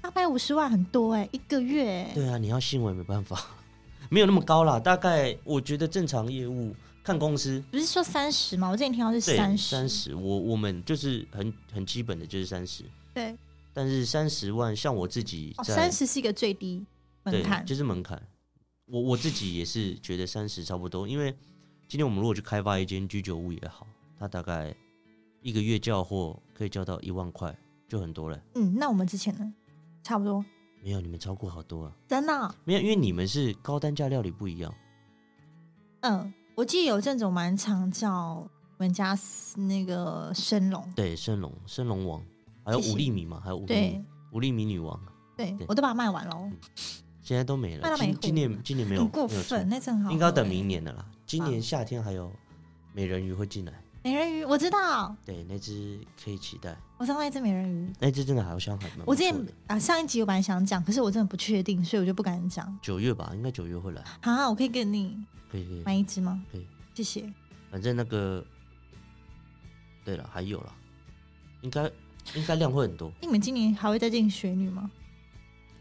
[SPEAKER 1] 八百五十万很多哎、一个月、欸。
[SPEAKER 2] 对啊，你要信我也没办法， [laughs] 没有那么高啦。大概我觉得正常业务看公司，
[SPEAKER 1] 不是说三十吗？我之前听到是
[SPEAKER 2] 对
[SPEAKER 1] 三十，
[SPEAKER 2] 三十，我我们就是很很基本的就是三十，
[SPEAKER 1] 对，
[SPEAKER 2] 但是三十万像我自己
[SPEAKER 1] 哦，
[SPEAKER 2] 在
[SPEAKER 1] 三十是一个最低门
[SPEAKER 2] 对
[SPEAKER 1] 槛，
[SPEAKER 2] 就是门槛。我我自己也是觉得三十差不多，因为今天我们如果去开发一间居酒屋也好，它大概一个月叫货可以叫到一万块，就很多了。
[SPEAKER 1] 嗯，那我们之前呢，差不多，
[SPEAKER 2] 没有，你们超过好多啊！
[SPEAKER 1] 真的哦、
[SPEAKER 2] 没有，因为你们是高单价料理不一样。
[SPEAKER 1] 嗯，我记得有阵子我蛮常叫我们家那个生龙，
[SPEAKER 2] 对，生龙、生龙王，还有
[SPEAKER 1] 谢谢
[SPEAKER 2] 五粒米嘛，还有五粒
[SPEAKER 1] 对
[SPEAKER 2] 米、五粒米女王，
[SPEAKER 1] 对
[SPEAKER 2] 嗯对
[SPEAKER 1] 我都把它卖完喽，
[SPEAKER 2] 现在都没
[SPEAKER 1] 卖到
[SPEAKER 2] 了。
[SPEAKER 1] 美
[SPEAKER 2] 今
[SPEAKER 1] 户
[SPEAKER 2] 今年今年没有，
[SPEAKER 1] 很过
[SPEAKER 2] 没有出
[SPEAKER 1] 分，那真的很好喝欸。
[SPEAKER 2] 应该要等明年的啦。今年
[SPEAKER 1] 啊
[SPEAKER 2] 夏天还有美人鱼会进来，
[SPEAKER 1] 美人鱼，我知道，
[SPEAKER 2] 对，那只可以期待，
[SPEAKER 1] 我知道那只美人鱼。
[SPEAKER 2] 那只真的好像还蛮不
[SPEAKER 1] 我之
[SPEAKER 2] 嗯错
[SPEAKER 1] 前
[SPEAKER 2] 的。
[SPEAKER 1] 啊，上一集我本来想讲，可是我真的不确定，所以我就不敢讲。
[SPEAKER 2] 九月吧，应该九月会来，
[SPEAKER 1] 啊，我可以跟你
[SPEAKER 2] 可以可
[SPEAKER 1] 买
[SPEAKER 2] 以，
[SPEAKER 1] 一只吗？
[SPEAKER 2] 可以，
[SPEAKER 1] 谢谢。
[SPEAKER 2] 反正那个，对了，还有啦，应该应该量会很多，
[SPEAKER 1] 你们今年还会再进雪女吗？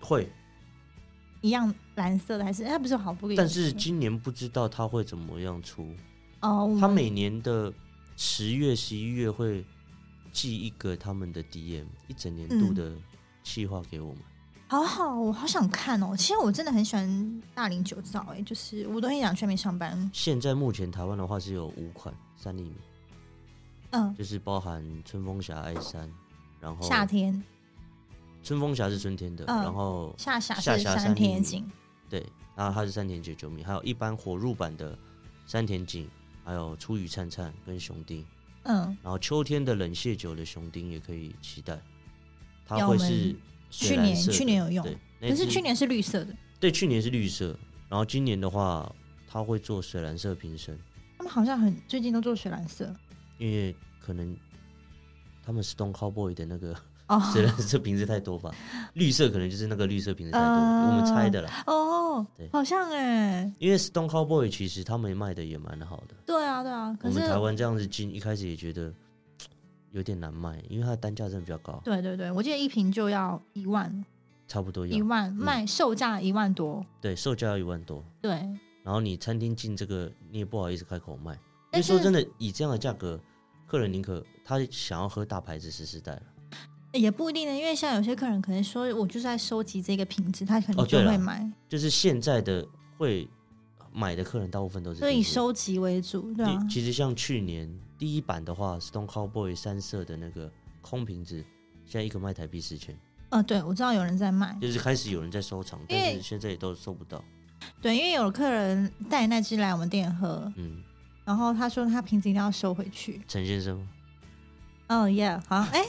[SPEAKER 2] 会，
[SPEAKER 1] 一样蓝色的还是？哎它不是有好不？
[SPEAKER 2] 但是今年不知道它会怎么样出，
[SPEAKER 1] 哦，我
[SPEAKER 2] 他
[SPEAKER 1] 们
[SPEAKER 2] 每年的十月、十一月会寄一个他们的 DM，一整年度
[SPEAKER 1] 嗯
[SPEAKER 2] 的计划给我们。
[SPEAKER 1] 好好，哦我好想看哦。其实我真的很喜欢大龄酒造，哎，就是我都很想去那边上班。
[SPEAKER 2] 现在目前台湾的话是有五款三厘米，
[SPEAKER 1] 嗯，
[SPEAKER 2] 就是包含春风峡、爱山，然后
[SPEAKER 1] 夏天
[SPEAKER 2] 春风峡是春天的，
[SPEAKER 1] 嗯
[SPEAKER 2] 然后
[SPEAKER 1] 下峡
[SPEAKER 2] 下
[SPEAKER 1] 是
[SPEAKER 2] 辖
[SPEAKER 1] 山
[SPEAKER 2] 山
[SPEAKER 1] 田
[SPEAKER 2] 林
[SPEAKER 1] 景，
[SPEAKER 2] 对，然后它是山田九九米，还有一般火入版的山田井，还有初雨灿灿跟雄丁，
[SPEAKER 1] 嗯，
[SPEAKER 2] 然后秋天的冷泻酒的雄丁也可以期待，它
[SPEAKER 1] 有
[SPEAKER 2] 会
[SPEAKER 1] 我们
[SPEAKER 2] 是水
[SPEAKER 1] 去
[SPEAKER 2] 蓝
[SPEAKER 1] 年
[SPEAKER 2] 色
[SPEAKER 1] 去
[SPEAKER 2] 的
[SPEAKER 1] 年有用
[SPEAKER 2] 对，那
[SPEAKER 1] 可是
[SPEAKER 2] 只
[SPEAKER 1] 去年是绿色的，
[SPEAKER 2] 对，去年是绿色，然后今年的话，它会做水蓝色瓶身，
[SPEAKER 1] 他们好像很最近都做水蓝色
[SPEAKER 2] 因为可能他们 Stone Cowboy 的那个
[SPEAKER 1] 哦。
[SPEAKER 2] [laughs] 水蓝色瓶子太多吧，绿色可能就是那个绿色瓶子太多，
[SPEAKER 1] 呃
[SPEAKER 2] 我们猜的啦。
[SPEAKER 1] 哦
[SPEAKER 2] 对，
[SPEAKER 1] 好像哎、
[SPEAKER 2] 因为 Stone Cowboy 其实他们卖的也蛮好的，
[SPEAKER 1] 对啊，对啊。
[SPEAKER 2] 我
[SPEAKER 1] 可是
[SPEAKER 2] 们台湾这样子进，一开始也觉得嘖有点难卖，因为它的单价真的比较高，
[SPEAKER 1] 对对对，我记得一瓶就要一万，
[SPEAKER 2] 差不多
[SPEAKER 1] 一
[SPEAKER 2] 要嗯
[SPEAKER 1] 万卖售价一万多，
[SPEAKER 2] 对，售价要一万多，
[SPEAKER 1] 对，
[SPEAKER 2] 然后你餐厅进这个，你也不好意思开口卖，因为
[SPEAKER 1] 但
[SPEAKER 2] 说
[SPEAKER 1] 是
[SPEAKER 2] 真的，以这样的价格，客人宁可他想要喝大牌子实时代了。
[SPEAKER 1] 也不一定呢，因为像有些客人可能说，我就是在收集这个瓶子，他可
[SPEAKER 2] 哦
[SPEAKER 1] 能就
[SPEAKER 2] 对啦
[SPEAKER 1] 会买，
[SPEAKER 2] 就是现在的会买的客人大部分都是
[SPEAKER 1] 所以
[SPEAKER 2] 低
[SPEAKER 1] 以
[SPEAKER 2] 阶
[SPEAKER 1] 收集为主，对啊
[SPEAKER 2] 你，其实像去年第一版的话，Stone Cowboy 三色的那个空瓶子，现在一个卖台币四千，
[SPEAKER 1] 呃，对，我知道有人在卖，
[SPEAKER 2] 就是开始有人在收藏，
[SPEAKER 1] 因为
[SPEAKER 2] 但是现在也都收不到。
[SPEAKER 1] 对，因为有客人带那支来我们店喝，
[SPEAKER 2] 嗯，
[SPEAKER 1] 然后他说他瓶子一定要收回去，
[SPEAKER 2] 陈先生吗，
[SPEAKER 1] 哦耶，好像哎，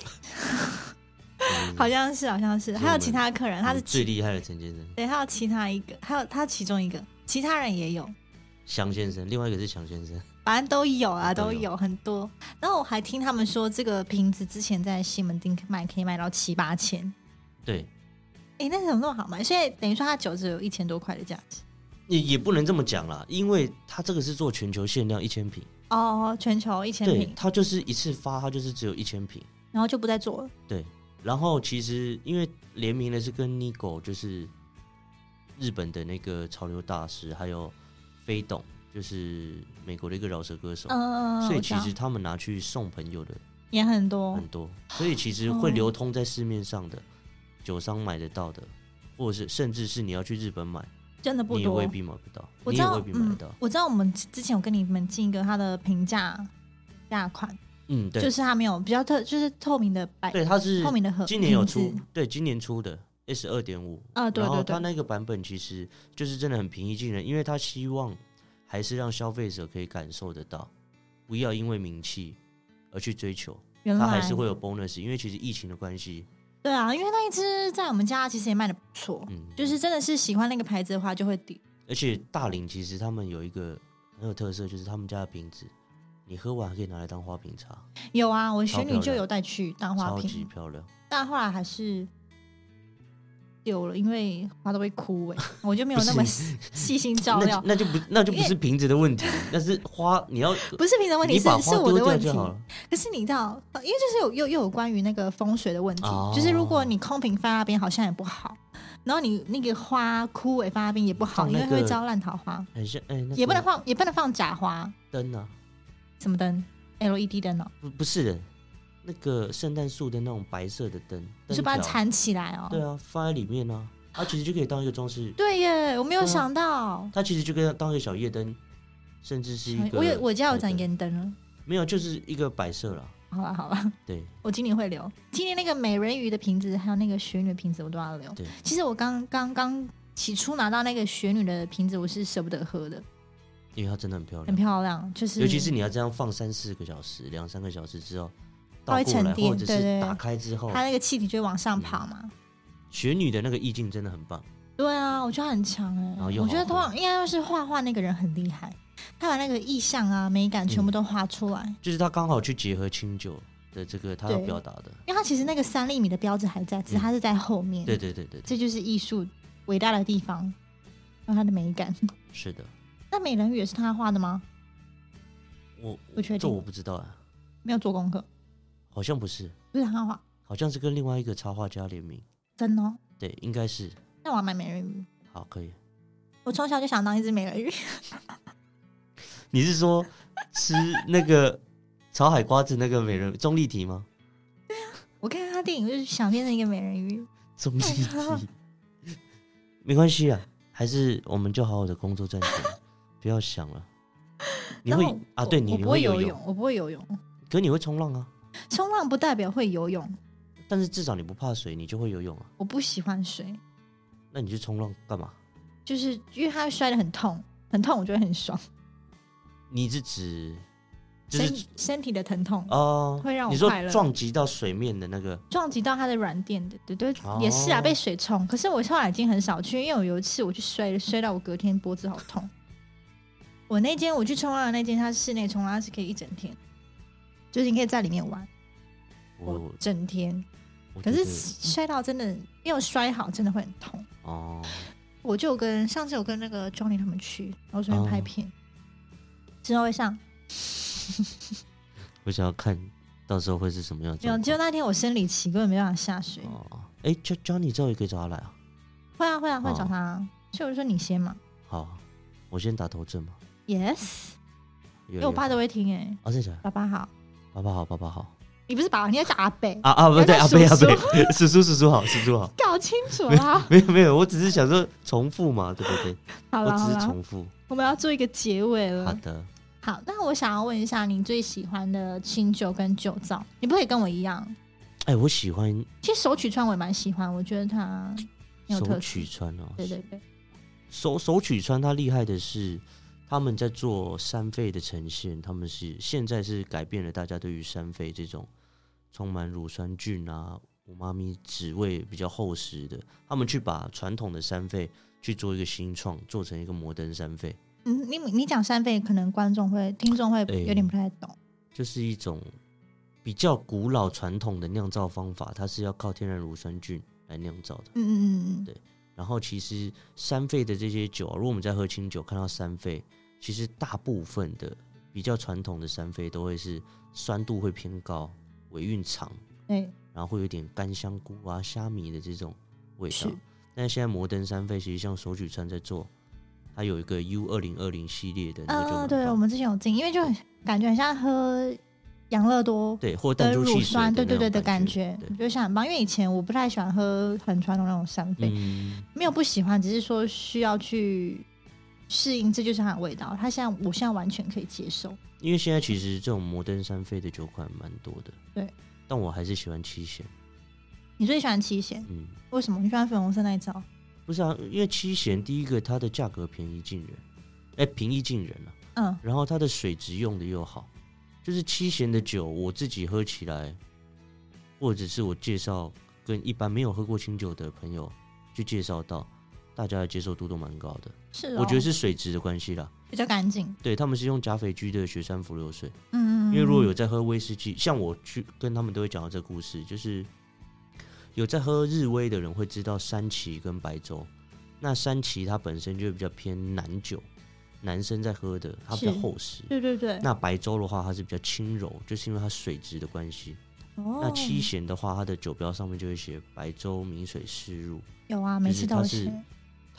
[SPEAKER 2] 嗯
[SPEAKER 1] 好像是，好像是，
[SPEAKER 2] 是
[SPEAKER 1] 还
[SPEAKER 2] 我
[SPEAKER 1] 有
[SPEAKER 2] 们
[SPEAKER 1] 其他客人，他是
[SPEAKER 2] 嗯最厉害的陈先生，
[SPEAKER 1] 对，还有其他一个，还有他其中一个，其他人也有。
[SPEAKER 2] 祥先生，另外一个是祥先生，
[SPEAKER 1] 反正都有啊，
[SPEAKER 2] 都
[SPEAKER 1] 都
[SPEAKER 2] 有
[SPEAKER 1] 有很多。然后我还听他们说，这个瓶子之前在西门町卖可以卖到七八千，
[SPEAKER 2] 对，
[SPEAKER 1] 哎，那怎么那么好卖？所以等于说它酒只有一千多块的价值
[SPEAKER 2] 也也不能这么讲啦，因为它这个是做全球限量一千瓶，
[SPEAKER 1] 哦，全球一千
[SPEAKER 2] 对
[SPEAKER 1] 瓶，，
[SPEAKER 2] 它就是一次发，它就是只有一千瓶。
[SPEAKER 1] 然后就不再做了。
[SPEAKER 2] 然后其实因为联名的是跟 Nigo，就是日本的那个潮流大师，还有飞董，就是美国的一个饶舌歌手，
[SPEAKER 1] 嗯、
[SPEAKER 2] 所以
[SPEAKER 1] 我知
[SPEAKER 2] 其
[SPEAKER 1] 道哦
[SPEAKER 2] 实嗯他们拿去送朋友的
[SPEAKER 1] 也很多
[SPEAKER 2] 很，多，所以其实会流通在市面上的酒商买得到的，或者是甚至是你要去日本买，
[SPEAKER 1] 真的不
[SPEAKER 2] 你也
[SPEAKER 1] 多
[SPEAKER 2] 未。必买不到，
[SPEAKER 1] 我
[SPEAKER 2] 你
[SPEAKER 1] 知
[SPEAKER 2] 也
[SPEAKER 1] 道
[SPEAKER 2] 未，必买得
[SPEAKER 1] 嗯
[SPEAKER 2] 到。，
[SPEAKER 1] 我知道我们之前有跟你们进一个它的平价价款，
[SPEAKER 2] 嗯，对，
[SPEAKER 1] 就是它没有比较特，就是透明的白，
[SPEAKER 2] 对，它是
[SPEAKER 1] 透明的盒，
[SPEAKER 2] 今年有
[SPEAKER 1] 瓶
[SPEAKER 2] 出
[SPEAKER 1] 子，
[SPEAKER 2] 对，今年出的 S 二点五，
[SPEAKER 1] 啊，对
[SPEAKER 2] 然后
[SPEAKER 1] 对
[SPEAKER 2] 它
[SPEAKER 1] 对，
[SPEAKER 2] 那个版本其实就是真的很平易近人，因为它希望还是让消费者可以感受得到，不要因为名气而去追求，
[SPEAKER 1] 原
[SPEAKER 2] 它
[SPEAKER 1] 来
[SPEAKER 2] 还是会有 bonus，因为其实疫情的关系，
[SPEAKER 1] 对啊，因为那一只在我们家其实也卖的不错，
[SPEAKER 2] 嗯，
[SPEAKER 1] 就是真的是喜欢那个牌子的话就会抵
[SPEAKER 2] 而且大岭其实他们有一个很有特色，就是他们家的瓶子，你喝完还可以拿来当花瓶茶，
[SPEAKER 1] 有啊，我
[SPEAKER 2] 超
[SPEAKER 1] 学
[SPEAKER 2] 漂
[SPEAKER 1] 女就
[SPEAKER 2] 亮
[SPEAKER 1] 有带去当花
[SPEAKER 2] 超级
[SPEAKER 1] 瓶，
[SPEAKER 2] 漂亮。
[SPEAKER 1] 但后来还是丢了，因为花都会枯萎，我就没有
[SPEAKER 2] 不
[SPEAKER 1] 那
[SPEAKER 2] 是
[SPEAKER 1] 么细细心照
[SPEAKER 2] 那
[SPEAKER 1] 料
[SPEAKER 2] 就。那
[SPEAKER 1] [laughs]
[SPEAKER 2] 就不那就不
[SPEAKER 1] 因为
[SPEAKER 2] 是瓶子的问题，那是花你要
[SPEAKER 1] 不是瓶的问题，
[SPEAKER 2] 你
[SPEAKER 1] 是
[SPEAKER 2] 把
[SPEAKER 1] 是
[SPEAKER 2] 花
[SPEAKER 1] 我
[SPEAKER 2] 丢
[SPEAKER 1] 的
[SPEAKER 2] 掉
[SPEAKER 1] 问
[SPEAKER 2] 就
[SPEAKER 1] 题。
[SPEAKER 2] 好了。
[SPEAKER 1] 可是你知道，呃因为就是有又又有关于那个风水的问题，
[SPEAKER 2] 哦
[SPEAKER 1] 就是如果你空瓶放那边好像也不好，然后你那个花枯萎放那边也不好，
[SPEAKER 2] 放
[SPEAKER 1] 因
[SPEAKER 2] 那
[SPEAKER 1] 为会
[SPEAKER 2] 个
[SPEAKER 1] 招烂桃花，
[SPEAKER 2] 很像哎，那
[SPEAKER 1] 也不
[SPEAKER 2] 个
[SPEAKER 1] 能放也不能放假花，
[SPEAKER 2] 灯啊，
[SPEAKER 1] 什么灯？LED 灯哦，
[SPEAKER 2] 不不是的，那个圣诞树的那种白色的灯，
[SPEAKER 1] 就
[SPEAKER 2] 灯
[SPEAKER 1] 是把它
[SPEAKER 2] 条
[SPEAKER 1] 缠起来哦。
[SPEAKER 2] 对啊，放在里面啊，它其实就可以当一个装饰，
[SPEAKER 1] 对耶，我没有
[SPEAKER 2] 对啊
[SPEAKER 1] 想到，
[SPEAKER 2] 它其实就可以当一个小夜灯，甚至是一个
[SPEAKER 1] 哎我有我家有
[SPEAKER 2] 那个
[SPEAKER 1] 盏烟灯了。
[SPEAKER 2] 没有，就是一个摆设啦。
[SPEAKER 1] 好了好了，
[SPEAKER 2] 对，
[SPEAKER 1] 我今年会留。今年那个美人鱼的瓶子，还有那个雪女的瓶子，我都要留
[SPEAKER 2] 对。
[SPEAKER 1] 其实我刚刚刚起初拿到那个雪女的瓶子，我是舍不得喝的，
[SPEAKER 2] 因为它真的很漂
[SPEAKER 1] 很
[SPEAKER 2] 亮，
[SPEAKER 1] 漂亮，就是
[SPEAKER 2] 尤其是你要这样放三四个小时、两三个小时之后
[SPEAKER 1] 它
[SPEAKER 2] 倒
[SPEAKER 1] 会
[SPEAKER 2] 过
[SPEAKER 1] 沉
[SPEAKER 2] 来，或
[SPEAKER 1] 淀
[SPEAKER 2] 者
[SPEAKER 1] 对
[SPEAKER 2] 是
[SPEAKER 1] 对
[SPEAKER 2] 打开之后，
[SPEAKER 1] 它那个气体就会往上跑嘛。
[SPEAKER 2] 雪女的那个意境真的很棒。
[SPEAKER 1] 对啊，我觉得很强
[SPEAKER 2] 然
[SPEAKER 1] 哎、
[SPEAKER 2] 后又
[SPEAKER 1] 我觉得
[SPEAKER 2] 好喝
[SPEAKER 1] 通常应该是画画那个人很厉害，他把那个意象啊、美感
[SPEAKER 2] 嗯
[SPEAKER 1] 全部都画出来。
[SPEAKER 2] 就是它刚好去结合清酒的这个它要
[SPEAKER 1] 对
[SPEAKER 2] 表达的，
[SPEAKER 1] 因为他其实那个三厘米的标志还在，只是它是在后面。
[SPEAKER 2] 嗯对对对对对，
[SPEAKER 1] 这就是艺术伟大的地方，然后它的美感。
[SPEAKER 2] 是的，
[SPEAKER 1] 那美人鱼也是他画的吗？
[SPEAKER 2] 我
[SPEAKER 1] 不确定
[SPEAKER 2] 这我不知道啊，
[SPEAKER 1] 没有做功课，
[SPEAKER 2] 好像不是，
[SPEAKER 1] 不是他画，
[SPEAKER 2] 好像是跟另外一个插画家联名，
[SPEAKER 1] 真的、哦。
[SPEAKER 2] 对，应该是
[SPEAKER 1] 那我要买美人鱼。
[SPEAKER 2] 好可以。
[SPEAKER 1] 我从小就想当一只美人鱼， [laughs]
[SPEAKER 2] 你是说吃那个炒海瓜子那个美人钟丽缇吗？
[SPEAKER 1] 我看他电影就是想变成一个美人鱼。
[SPEAKER 2] 钟丽缇，没关系啊，还是我们就好好的工作赚钱，不要想了。你
[SPEAKER 1] 然
[SPEAKER 2] 会
[SPEAKER 1] 后
[SPEAKER 2] 啊？
[SPEAKER 1] 我
[SPEAKER 2] 对，你
[SPEAKER 1] 我
[SPEAKER 2] 你
[SPEAKER 1] 不会
[SPEAKER 2] 游
[SPEAKER 1] 游，泳，我不会游泳。
[SPEAKER 2] 可你会冲浪啊，
[SPEAKER 1] 冲浪不代表会游泳，
[SPEAKER 2] 但是至少你不怕水，你就会游泳啊。
[SPEAKER 1] 我不喜欢水，
[SPEAKER 2] 那你去冲浪干嘛？
[SPEAKER 1] 就是因为它摔得很痛，很痛，我就会很爽，
[SPEAKER 2] 你是指就
[SPEAKER 1] 身
[SPEAKER 2] 是
[SPEAKER 1] 身体的疼痛、
[SPEAKER 2] 哦，
[SPEAKER 1] 会让
[SPEAKER 2] 你
[SPEAKER 1] 我
[SPEAKER 2] 说
[SPEAKER 1] 快乐。
[SPEAKER 2] 撞击到水面的那个
[SPEAKER 1] 撞击到它的软垫的，对对，
[SPEAKER 2] 哦
[SPEAKER 1] 也是啊，被水冲。可是我后来已经很少去，因为我有一次我去摔了，摔到我隔天脖子好痛。我那间我去冲浪的那间，它是室内冲浪，它是可以一整天，就是你可以在里面玩，
[SPEAKER 2] 我，
[SPEAKER 1] 整天。
[SPEAKER 2] 我
[SPEAKER 1] 可
[SPEAKER 2] 觉
[SPEAKER 1] 是
[SPEAKER 2] 得
[SPEAKER 1] 摔到真的没有摔好，真的会很痛。
[SPEAKER 2] 哦，
[SPEAKER 1] 我就有跟上次我跟那个 Johnny 他们去，然后顺便拍
[SPEAKER 2] 哦
[SPEAKER 1] 片，之后会上。
[SPEAKER 2] 我想要看到时候会是什么样的
[SPEAKER 1] 没有，
[SPEAKER 2] 状
[SPEAKER 1] 就
[SPEAKER 2] 况。
[SPEAKER 1] 那天我生理期根本没办法下水。
[SPEAKER 2] 哦，哎，教教你之后也可以找他来啊。
[SPEAKER 1] 会啊会啊会找
[SPEAKER 2] 哦
[SPEAKER 1] 他啊，所以我就说你先嘛。
[SPEAKER 2] 好，我先打头阵嘛。
[SPEAKER 1] Yes，
[SPEAKER 2] 因
[SPEAKER 1] 因为我爸都会嗯听哎、
[SPEAKER 2] 啊，真的假的？
[SPEAKER 1] 爸爸好。
[SPEAKER 2] 爸爸好，爸爸好。
[SPEAKER 1] 你不是爸爸，你要叫阿
[SPEAKER 2] [laughs]
[SPEAKER 1] 贝，
[SPEAKER 2] 啊啊，不对，
[SPEAKER 1] 那
[SPEAKER 2] 阿
[SPEAKER 1] 叔
[SPEAKER 2] 贝阿
[SPEAKER 1] 叔
[SPEAKER 2] 贝， [laughs] 叔叔叔叔好，叔
[SPEAKER 1] [laughs]
[SPEAKER 2] 叔好。。
[SPEAKER 1] 搞清楚啊啦
[SPEAKER 2] 没有没 [laughs] 有，我只是想说重复嘛，对不对？
[SPEAKER 1] 好
[SPEAKER 2] 我
[SPEAKER 1] 啦好
[SPEAKER 2] 只是
[SPEAKER 1] 啦，
[SPEAKER 2] 重复。
[SPEAKER 1] 我们要做一个结尾
[SPEAKER 2] 好
[SPEAKER 1] 了。
[SPEAKER 2] 的，
[SPEAKER 1] 好，那我想要问一下，你最喜欢的清酒跟酒造，你不可以跟我一样。
[SPEAKER 2] 哎，我喜欢
[SPEAKER 1] 其实手曲川我也蛮喜欢，我觉得它很有
[SPEAKER 2] 手
[SPEAKER 1] 特
[SPEAKER 2] 曲
[SPEAKER 1] 色。
[SPEAKER 2] 川哦，
[SPEAKER 1] 对对对，
[SPEAKER 2] 手手曲川它厉害的是，他们在做山肺的呈现，他们是现在是改变了大家对于山肺这种充满乳酸菌啊、五妈咪脂味比较厚实的，他们去把传统的山肺去做一个新创，做成一个摩登山肺，
[SPEAKER 1] 嗯，你你讲三倍，可能观众会、听众会
[SPEAKER 2] 诶
[SPEAKER 1] 有点不太懂。
[SPEAKER 2] 就是一种比较古老传统的酿造方法，它是要靠天然乳酸菌来酿造的。
[SPEAKER 1] 嗯嗯嗯嗯
[SPEAKER 2] 对然后其实三沸的这些酒啊、如果我们在喝清酒看到三沸，其实大部分的比较传统的三沸都会是酸度会偏高，尾韵长，
[SPEAKER 1] 嗯，对，
[SPEAKER 2] 然后会有点干香菇啊、虾米的这种味道
[SPEAKER 1] 是。
[SPEAKER 2] 但是现在摩登三沸其实像手举川在做，它有一个 U 二零二零系列的那个酒
[SPEAKER 1] 嗯、
[SPEAKER 2] 很
[SPEAKER 1] 对，
[SPEAKER 2] 棒
[SPEAKER 1] 我们之前有进，因为就很感觉很像喝养乐多
[SPEAKER 2] 对或
[SPEAKER 1] 的
[SPEAKER 2] 弹珠
[SPEAKER 1] 乳
[SPEAKER 2] 汽水
[SPEAKER 1] 酸，对对
[SPEAKER 2] 那
[SPEAKER 1] 对
[SPEAKER 2] 种
[SPEAKER 1] 的
[SPEAKER 2] 感
[SPEAKER 1] 感觉，
[SPEAKER 2] 对
[SPEAKER 1] 我觉得像很棒。因为以前我不太喜欢喝很传统那种三杯，
[SPEAKER 2] 嗯，
[SPEAKER 1] 没有不喜欢，只是说需要去适应，这就是它的味道。它现在我现在完全可以接受。
[SPEAKER 2] 因为现在其实这种摩登三沸的酒款蛮多的，
[SPEAKER 1] 对，
[SPEAKER 2] 但我还是喜欢七贤，
[SPEAKER 1] 你最喜欢七贤？
[SPEAKER 2] 嗯。
[SPEAKER 1] 为什么？你喜欢粉红色那一招？
[SPEAKER 2] 不是啊，因为七贤第一个它的价格便宜近人，哎、平易近人啊。
[SPEAKER 1] 嗯，
[SPEAKER 2] 然后它的水质用的又好，就是七贤的酒，我自己喝起来，或者是我介绍跟一般没有喝过清酒的朋友去介绍到，大家的接受度都蛮高的。
[SPEAKER 1] 是、哦，
[SPEAKER 2] 我觉得是水质的关系啦，
[SPEAKER 1] 比较干净。
[SPEAKER 2] 对他们是用加肥居的雪山伏流水，
[SPEAKER 1] 嗯嗯嗯，
[SPEAKER 2] 因为如果有在喝威士忌，像我去跟他们都会讲到这个故事，就是有在喝日威的人会知道山崎跟白州。那山崎它本身就比较偏男酒，男生在喝的，它比较
[SPEAKER 1] 是
[SPEAKER 2] 厚实。
[SPEAKER 1] 对对对，
[SPEAKER 2] 那白州的话，它是比较轻柔，就是因为它水质的关系。
[SPEAKER 1] 哦，
[SPEAKER 2] 那七贤的话，它的酒标上面就会写白州米水湿入，
[SPEAKER 1] 有啊，每次都有
[SPEAKER 2] 就是
[SPEAKER 1] 吃
[SPEAKER 2] 它。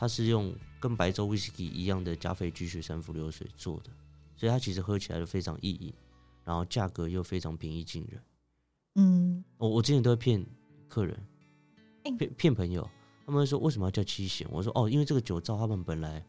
[SPEAKER 2] 它是用跟白州威士忌一样的加菲居雪山伏流水做的，所以它其实喝起来就非常意义，然后价格又非常平易近人。
[SPEAKER 1] 嗯，
[SPEAKER 2] 我我之前都会骗客人
[SPEAKER 1] 哎，
[SPEAKER 2] 骗骗朋友，他们会说为什么要叫七贤？我说哦，因为这个酒造他们本来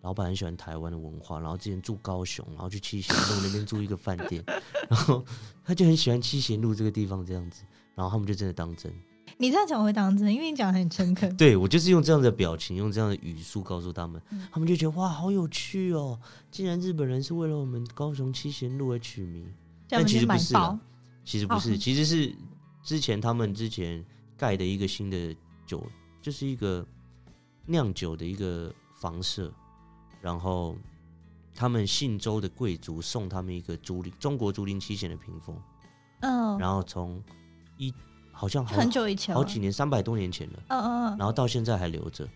[SPEAKER 2] 老板很喜欢台湾的文化，然后之前住高雄，然后去七贤路那边住一个饭
[SPEAKER 1] [laughs]
[SPEAKER 2] 店，然后他就很喜欢七贤路这个地方这样子，然后他们就真的当真。
[SPEAKER 1] 你这样讲我会当真，因为你讲得很诚恳。
[SPEAKER 2] 对我就是用这样的表情，用这样的语速告诉他们
[SPEAKER 1] 嗯，
[SPEAKER 2] 他们就觉得哇，好有趣哦！竟然日本人是为了我们高雄七贤路而取名，
[SPEAKER 1] 这样
[SPEAKER 2] 但其实
[SPEAKER 1] 就
[SPEAKER 2] 不
[SPEAKER 1] 买
[SPEAKER 2] 是啊
[SPEAKER 1] 爆
[SPEAKER 2] 啦，其实不是，
[SPEAKER 1] 哦
[SPEAKER 2] 其实是之前他们之前盖的一个新的酒，就是一个酿酒的一个房舍，然后他们信州的贵族送他们一个竹林中国竹林七贤的屏风，
[SPEAKER 1] 嗯，
[SPEAKER 2] 然后从一好像好
[SPEAKER 1] 很久以前了
[SPEAKER 2] 好几年三百多年前了，
[SPEAKER 1] 嗯嗯嗯，
[SPEAKER 2] 然后到现在还留着，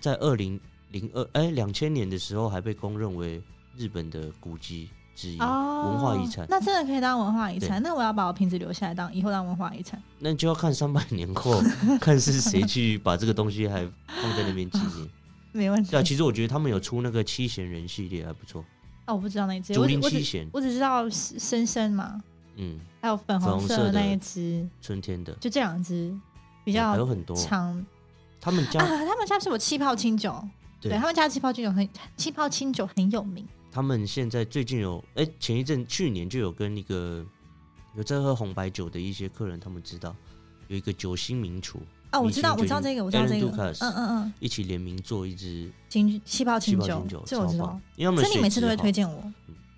[SPEAKER 2] 在二零零二哎两千年的时候还被公认为日本的古迹之一，
[SPEAKER 1] 哦，
[SPEAKER 2] 文化遗产。
[SPEAKER 1] 那真的可以当文化遗产。那我要把我瓶子留下来当以后当文化遗产。
[SPEAKER 2] 那就要看三百年
[SPEAKER 1] [laughs]
[SPEAKER 2] 后，看是谁去把这个东西还放在那边纪
[SPEAKER 1] [laughs]
[SPEAKER 2] 念。
[SPEAKER 1] 没问题
[SPEAKER 2] 对啊，。其实我觉得他们有出那个七贤人系列还不错，
[SPEAKER 1] 哦，我不知道那一只，
[SPEAKER 2] 竹
[SPEAKER 1] 我只
[SPEAKER 2] 林
[SPEAKER 1] 我
[SPEAKER 2] 七
[SPEAKER 1] 只
[SPEAKER 2] 贤，
[SPEAKER 1] 我只知道深深嘛，
[SPEAKER 2] 嗯，
[SPEAKER 1] 还有粉
[SPEAKER 2] 粉
[SPEAKER 1] 红
[SPEAKER 2] 红
[SPEAKER 1] 色
[SPEAKER 2] 色
[SPEAKER 1] 的那
[SPEAKER 2] 的
[SPEAKER 1] 一只，
[SPEAKER 2] 春天的
[SPEAKER 1] 就这两只比
[SPEAKER 2] 比还有
[SPEAKER 1] 较
[SPEAKER 2] 很多，
[SPEAKER 1] 长
[SPEAKER 2] 他们
[SPEAKER 1] 啊
[SPEAKER 2] 家。
[SPEAKER 1] 他们家是有气泡清酒，
[SPEAKER 2] 对
[SPEAKER 1] 对他们家的气泡清酒很气泡清酒很有名。
[SPEAKER 2] 他们现在最近有，哎、前一阵去年就有跟那个有在喝红白酒的一些客人，他们知道有一个酒星名厨
[SPEAKER 1] 哦，我
[SPEAKER 2] 米
[SPEAKER 1] 知道，
[SPEAKER 2] 其
[SPEAKER 1] 我
[SPEAKER 2] 林
[SPEAKER 1] 知道
[SPEAKER 2] 酒
[SPEAKER 1] 这
[SPEAKER 2] 精
[SPEAKER 1] 个，我知道这个
[SPEAKER 2] Aaron，Dukas
[SPEAKER 1] 嗯嗯嗯，
[SPEAKER 2] 一起联名做一支
[SPEAKER 1] 清气泡
[SPEAKER 2] 气
[SPEAKER 1] 清
[SPEAKER 2] 泡
[SPEAKER 1] 酒
[SPEAKER 2] 清酒，，
[SPEAKER 1] 这我知
[SPEAKER 2] 超
[SPEAKER 1] 道
[SPEAKER 2] 棒。。因为他们
[SPEAKER 1] 这你
[SPEAKER 2] 水
[SPEAKER 1] 每次
[SPEAKER 2] 质
[SPEAKER 1] 都会
[SPEAKER 2] 好嗯
[SPEAKER 1] 推，荐我，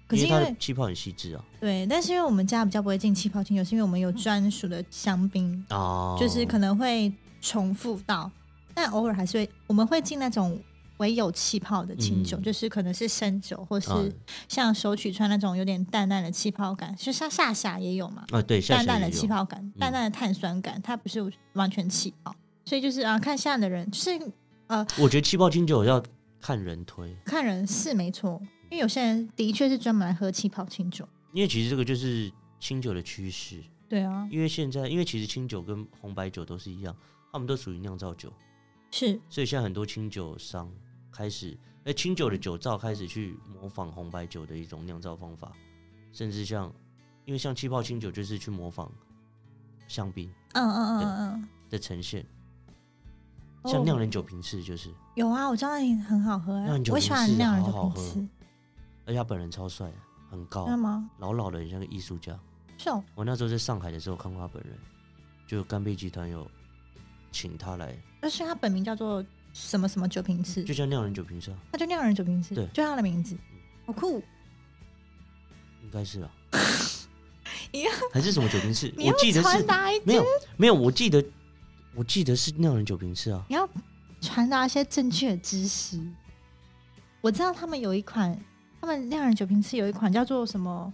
[SPEAKER 1] 可是因
[SPEAKER 2] 因为它
[SPEAKER 1] 为
[SPEAKER 2] 的气泡很细致啊。
[SPEAKER 1] 对，但是因为我们家比较不会进气泡清酒，是因为我们有专属的香槟，
[SPEAKER 2] 哦，
[SPEAKER 1] 就是可能会重复到，但偶尔还是会，我们会进那种唯有气泡的清酒，
[SPEAKER 2] 嗯
[SPEAKER 1] 就是可能是生酒，或是
[SPEAKER 2] 啊
[SPEAKER 1] 像手曲川那种有点淡淡的气泡感，就像下辖也有嘛，
[SPEAKER 2] 啊，对，下
[SPEAKER 1] 淡
[SPEAKER 2] 雪
[SPEAKER 1] 淡
[SPEAKER 2] 也
[SPEAKER 1] 的
[SPEAKER 2] 有嗯
[SPEAKER 1] 气泡感，淡淡的碳酸感，它不是完全气泡，所以就是啊，看现在的人，就是
[SPEAKER 2] 我觉得气泡清酒要看人推，
[SPEAKER 1] 看人是没错，因为有些人的确是专门来喝气泡清酒，
[SPEAKER 2] 因为其实这个就是清酒的趋势。
[SPEAKER 1] 对啊，
[SPEAKER 2] 因为现在，因为其实清酒跟红白酒都是一样，它们都属于酿造酒，
[SPEAKER 1] 是
[SPEAKER 2] 所以现在很多呃清酒商开始，哎、清酒的酒造开始去模仿红白酒的一种酿造方法，甚至像，因为像气泡清酒就是去模仿香槟
[SPEAKER 1] 嗯嗯嗯
[SPEAKER 2] 对
[SPEAKER 1] 嗯嗯。
[SPEAKER 2] 的呈现，
[SPEAKER 1] 哦
[SPEAKER 2] 像酿人酒瓶式就是，
[SPEAKER 1] 有啊，我知道你很好喝、
[SPEAKER 2] 酿
[SPEAKER 1] 啊
[SPEAKER 2] 人，酒
[SPEAKER 1] 我
[SPEAKER 2] 瓶
[SPEAKER 1] 喜欢
[SPEAKER 2] 是
[SPEAKER 1] 酿人
[SPEAKER 2] 好
[SPEAKER 1] 酒
[SPEAKER 2] 好
[SPEAKER 1] 瓶
[SPEAKER 2] 喝
[SPEAKER 1] 子，
[SPEAKER 2] 而且呃他本人超帅的，啊很高
[SPEAKER 1] 真，的吗？
[SPEAKER 2] 老老的很像个艺术家。
[SPEAKER 1] 是哦，
[SPEAKER 2] 我那时候在上海的时候看过他本人，就干贝集团有请他来，
[SPEAKER 1] 但是它本名叫做什么什么酒瓶子
[SPEAKER 2] 嗯就，像酿人酒瓶上，
[SPEAKER 1] 它就酿人酒瓶子，
[SPEAKER 2] 对嗯
[SPEAKER 1] 就它的名字，好酷。
[SPEAKER 2] 应该是啊
[SPEAKER 1] [laughs] 你要，
[SPEAKER 2] 还是什么酒瓶室？
[SPEAKER 1] [laughs] 你
[SPEAKER 2] 我
[SPEAKER 1] 要
[SPEAKER 2] 记得
[SPEAKER 1] 传
[SPEAKER 2] 是
[SPEAKER 1] 达一，
[SPEAKER 2] 没有没有，我记得我记得是酿人酒瓶室啊。
[SPEAKER 1] 你要传达一些正确的知识。我知道他们有一款，他们酿人酒瓶是有一款叫做什么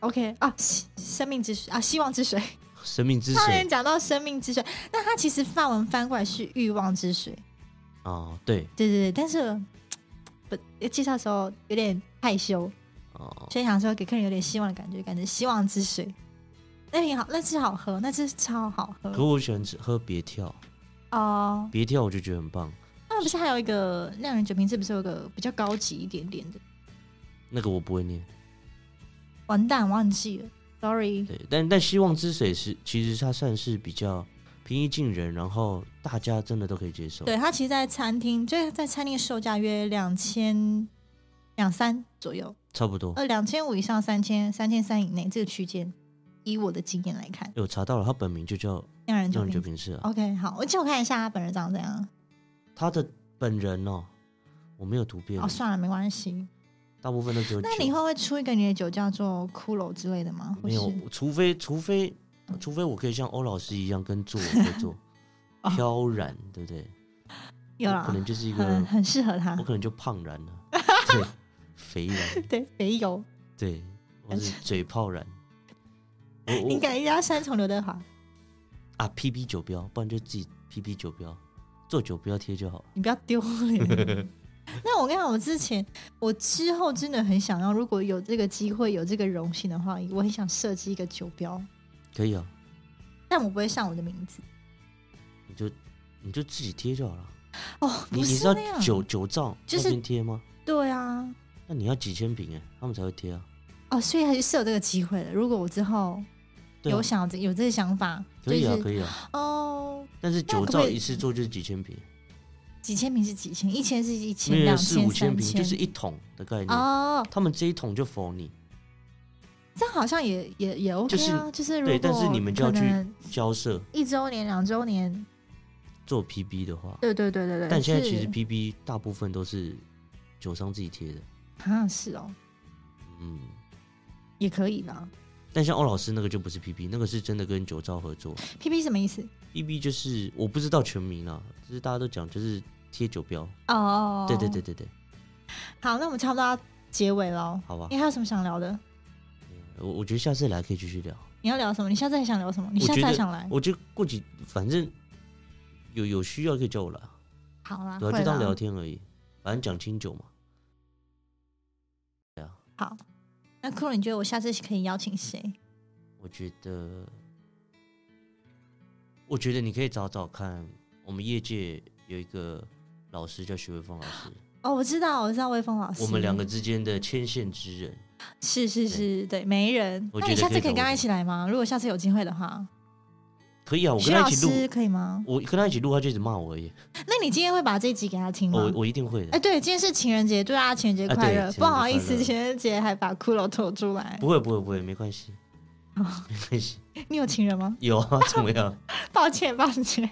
[SPEAKER 1] ？OK 啊，希生命之水啊，希望之水。
[SPEAKER 2] 生命之
[SPEAKER 1] 他们
[SPEAKER 2] 水
[SPEAKER 1] 讲到生命之水，那它其实法文翻过来是欲望之水。
[SPEAKER 2] 哦，对
[SPEAKER 1] 对对对，但是嘖不介绍的时候有点害羞，
[SPEAKER 2] 哦，
[SPEAKER 1] 所以想说给客人有点希望的感觉，感觉希望之水。那瓶好，那支好喝，那支超好喝
[SPEAKER 2] 可我喜欢吃喝别跳，
[SPEAKER 1] 哦。
[SPEAKER 2] 别跳我就觉得很棒，
[SPEAKER 1] 他们不是还有一个酿人酒瓶，这不是有个比较高级一点点的？
[SPEAKER 2] 那个我不会念。
[SPEAKER 1] 完蛋，忘记了，sorry。
[SPEAKER 2] 对，但但希望之水是其实它算是比较平易近人，然后大家真的都可以接受。
[SPEAKER 1] 对，它其实，在餐厅，就是在餐厅售价约两千两三左右，
[SPEAKER 2] 差不多。
[SPEAKER 1] 呃，两千五以上，三千三千三以内这个区间。以我的经验来看，
[SPEAKER 2] 有查到了，他本名就叫
[SPEAKER 1] 酿人酒
[SPEAKER 2] 让人酒
[SPEAKER 1] 瓶。
[SPEAKER 2] 平市啊。
[SPEAKER 1] OK，好，我借我看一下他本人长怎样。
[SPEAKER 2] 他的本人哦，我没有图片
[SPEAKER 1] 哦，，算了，没关系。
[SPEAKER 2] 大部分都只有酒。
[SPEAKER 1] 那你以后会出一个你的酒叫做骷髅之类的吗？或
[SPEAKER 2] 没
[SPEAKER 1] 是
[SPEAKER 2] 有，除非除非除非我可以像欧老师一样跟做我会做
[SPEAKER 1] [laughs] 哦
[SPEAKER 2] 飘然，对不对？
[SPEAKER 1] 有
[SPEAKER 2] 我
[SPEAKER 1] 啦
[SPEAKER 2] 可，能就是一
[SPEAKER 1] 很 [laughs]
[SPEAKER 2] 个，
[SPEAKER 1] 很适合他
[SPEAKER 2] 我。可能就胖
[SPEAKER 1] [laughs]
[SPEAKER 2] 然了，对，肥然，
[SPEAKER 1] 对，肥油，
[SPEAKER 2] 对，我是嘴炮然。我
[SPEAKER 1] 你
[SPEAKER 2] 我
[SPEAKER 1] 改一下三重刘德华。
[SPEAKER 2] 啊，PP 酒标，不然就自己 PP 酒标，做酒标贴就好了。
[SPEAKER 1] 你不要丢
[SPEAKER 2] [laughs]
[SPEAKER 1] 脸。那我跟你讲，我之前，我之后真的很想要，如果有这个机会，有这个荣幸的话，我很想设计一个酒标，
[SPEAKER 2] 可以啊，
[SPEAKER 1] 但我不会上我的名字。
[SPEAKER 2] 你就你就自己贴就好了。
[SPEAKER 1] 哦，
[SPEAKER 2] 你
[SPEAKER 1] 不
[SPEAKER 2] 你
[SPEAKER 1] 是
[SPEAKER 2] 知道
[SPEAKER 1] 那样，
[SPEAKER 2] 酒酒造
[SPEAKER 1] 就
[SPEAKER 2] 那
[SPEAKER 1] 是
[SPEAKER 2] 边贴吗？
[SPEAKER 1] 对啊，
[SPEAKER 2] 那你要几千瓶哎，他们才会贴啊。
[SPEAKER 1] 哦，所以还是有这个机会的。如果我之后
[SPEAKER 2] 对啊
[SPEAKER 1] 有想有这个想法，
[SPEAKER 2] 可以啊，
[SPEAKER 1] 就是
[SPEAKER 2] 可以啊。
[SPEAKER 1] 哦，
[SPEAKER 2] 但是
[SPEAKER 1] 那可
[SPEAKER 2] 酒
[SPEAKER 1] 不
[SPEAKER 2] 造
[SPEAKER 1] 可以
[SPEAKER 2] 一次做就是几千瓶，
[SPEAKER 1] 几千瓶是几千，一千是一
[SPEAKER 2] 没
[SPEAKER 1] 千，
[SPEAKER 2] 有
[SPEAKER 1] 两
[SPEAKER 2] 四五千
[SPEAKER 1] 三
[SPEAKER 2] 瓶，
[SPEAKER 1] 千，
[SPEAKER 2] 就是一桶的概念。
[SPEAKER 1] 哦，
[SPEAKER 2] 他们这一桶就否你
[SPEAKER 1] 这样好像也也也 OK 啊，就是如
[SPEAKER 2] 对
[SPEAKER 1] 果
[SPEAKER 2] 但是你们就要
[SPEAKER 1] 可
[SPEAKER 2] 去
[SPEAKER 1] 能
[SPEAKER 2] 交涉
[SPEAKER 1] 一周年、两周年，
[SPEAKER 2] 做 PB 的话，
[SPEAKER 1] 对对对对对。
[SPEAKER 2] 但现在
[SPEAKER 1] 是
[SPEAKER 2] 其实 PB 大部分都是酒商自己贴的，
[SPEAKER 1] 啊是哦，
[SPEAKER 2] 嗯。
[SPEAKER 1] 也可以啦。
[SPEAKER 2] 但像欧老师那个就不是 PB，那个是真的跟酒造合作。
[SPEAKER 1] P P 什么意思？
[SPEAKER 2] PB 就是我不知道全名啊，就是大家都讲就是贴酒标。
[SPEAKER 1] 哦，
[SPEAKER 2] 对对对。对对，
[SPEAKER 1] 好，那我们差不多要结尾喽。
[SPEAKER 2] 好吧
[SPEAKER 1] 你。还有什么想聊的？
[SPEAKER 2] 我我觉得下次来可以继续聊。
[SPEAKER 1] 你要聊什么？你下次还想聊什么？你
[SPEAKER 2] 我
[SPEAKER 1] 下
[SPEAKER 2] 觉
[SPEAKER 1] 次还
[SPEAKER 2] 得
[SPEAKER 1] 想来？
[SPEAKER 2] 我就过几，反正有有需要可以叫我来啊，
[SPEAKER 1] 好啦，
[SPEAKER 2] 对
[SPEAKER 1] 会
[SPEAKER 2] 啊，就当
[SPEAKER 1] 啦
[SPEAKER 2] 聊天而已，反正讲清酒嘛。对啊，
[SPEAKER 1] 好，那酷龙，你觉得我下次可以邀请谁？
[SPEAKER 2] 我觉得，我觉得你可以找找看，我们业界有一个老师叫徐伟峰老师，
[SPEAKER 1] 哦，我知道，我知道魏峰老师。
[SPEAKER 2] 我们两个之间的牵线之人。
[SPEAKER 1] 是是是，对，没人。
[SPEAKER 2] 我
[SPEAKER 1] 那
[SPEAKER 2] 觉
[SPEAKER 1] 你
[SPEAKER 2] 得
[SPEAKER 1] 下
[SPEAKER 2] 可
[SPEAKER 1] 次
[SPEAKER 2] 以
[SPEAKER 1] 可以
[SPEAKER 2] 找
[SPEAKER 1] 跟
[SPEAKER 2] 我
[SPEAKER 1] 他
[SPEAKER 2] 们
[SPEAKER 1] 一起来吗？如果下次有机会的话，
[SPEAKER 2] 可以啊，我
[SPEAKER 1] 徐
[SPEAKER 2] 跟他
[SPEAKER 1] 老
[SPEAKER 2] 一起录，
[SPEAKER 1] 师可以吗？
[SPEAKER 2] 我跟他一起录，他就一直骂我而已。哦
[SPEAKER 1] 那你今天会把这一集给他听吗
[SPEAKER 2] 我？我一定会
[SPEAKER 1] 哎，
[SPEAKER 2] 的，
[SPEAKER 1] 对，今天是情人节，祝大家情人节
[SPEAKER 2] 啊
[SPEAKER 1] 快
[SPEAKER 2] 对
[SPEAKER 1] 乐！
[SPEAKER 2] 情
[SPEAKER 1] 不
[SPEAKER 2] 人节
[SPEAKER 1] 好意
[SPEAKER 2] 快
[SPEAKER 1] 思，
[SPEAKER 2] 乐
[SPEAKER 1] 情人节还把骷髅吐出来。
[SPEAKER 2] 不会不会不会，没关系，
[SPEAKER 1] 哦
[SPEAKER 2] 没关系，
[SPEAKER 1] 你有情人吗？ [laughs]
[SPEAKER 2] 有啊，怎么样？ [laughs]
[SPEAKER 1] 抱歉，抱歉，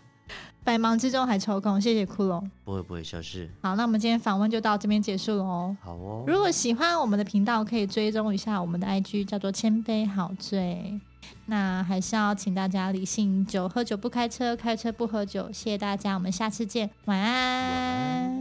[SPEAKER 1] [laughs] 百忙之中还抽空，谢谢骷髅。
[SPEAKER 2] 不会不会，小事。
[SPEAKER 1] 好，那我们今天访问就到这边结束了哦。
[SPEAKER 2] 好哦，
[SPEAKER 1] 如果喜欢我们的频道，可以追踪一下我们的 IG，叫做千杯好醉。那还是要请大家理性饮酒，喝酒不开车，开车不喝酒。谢谢大家，我们下次见，晚安。
[SPEAKER 2] 晚安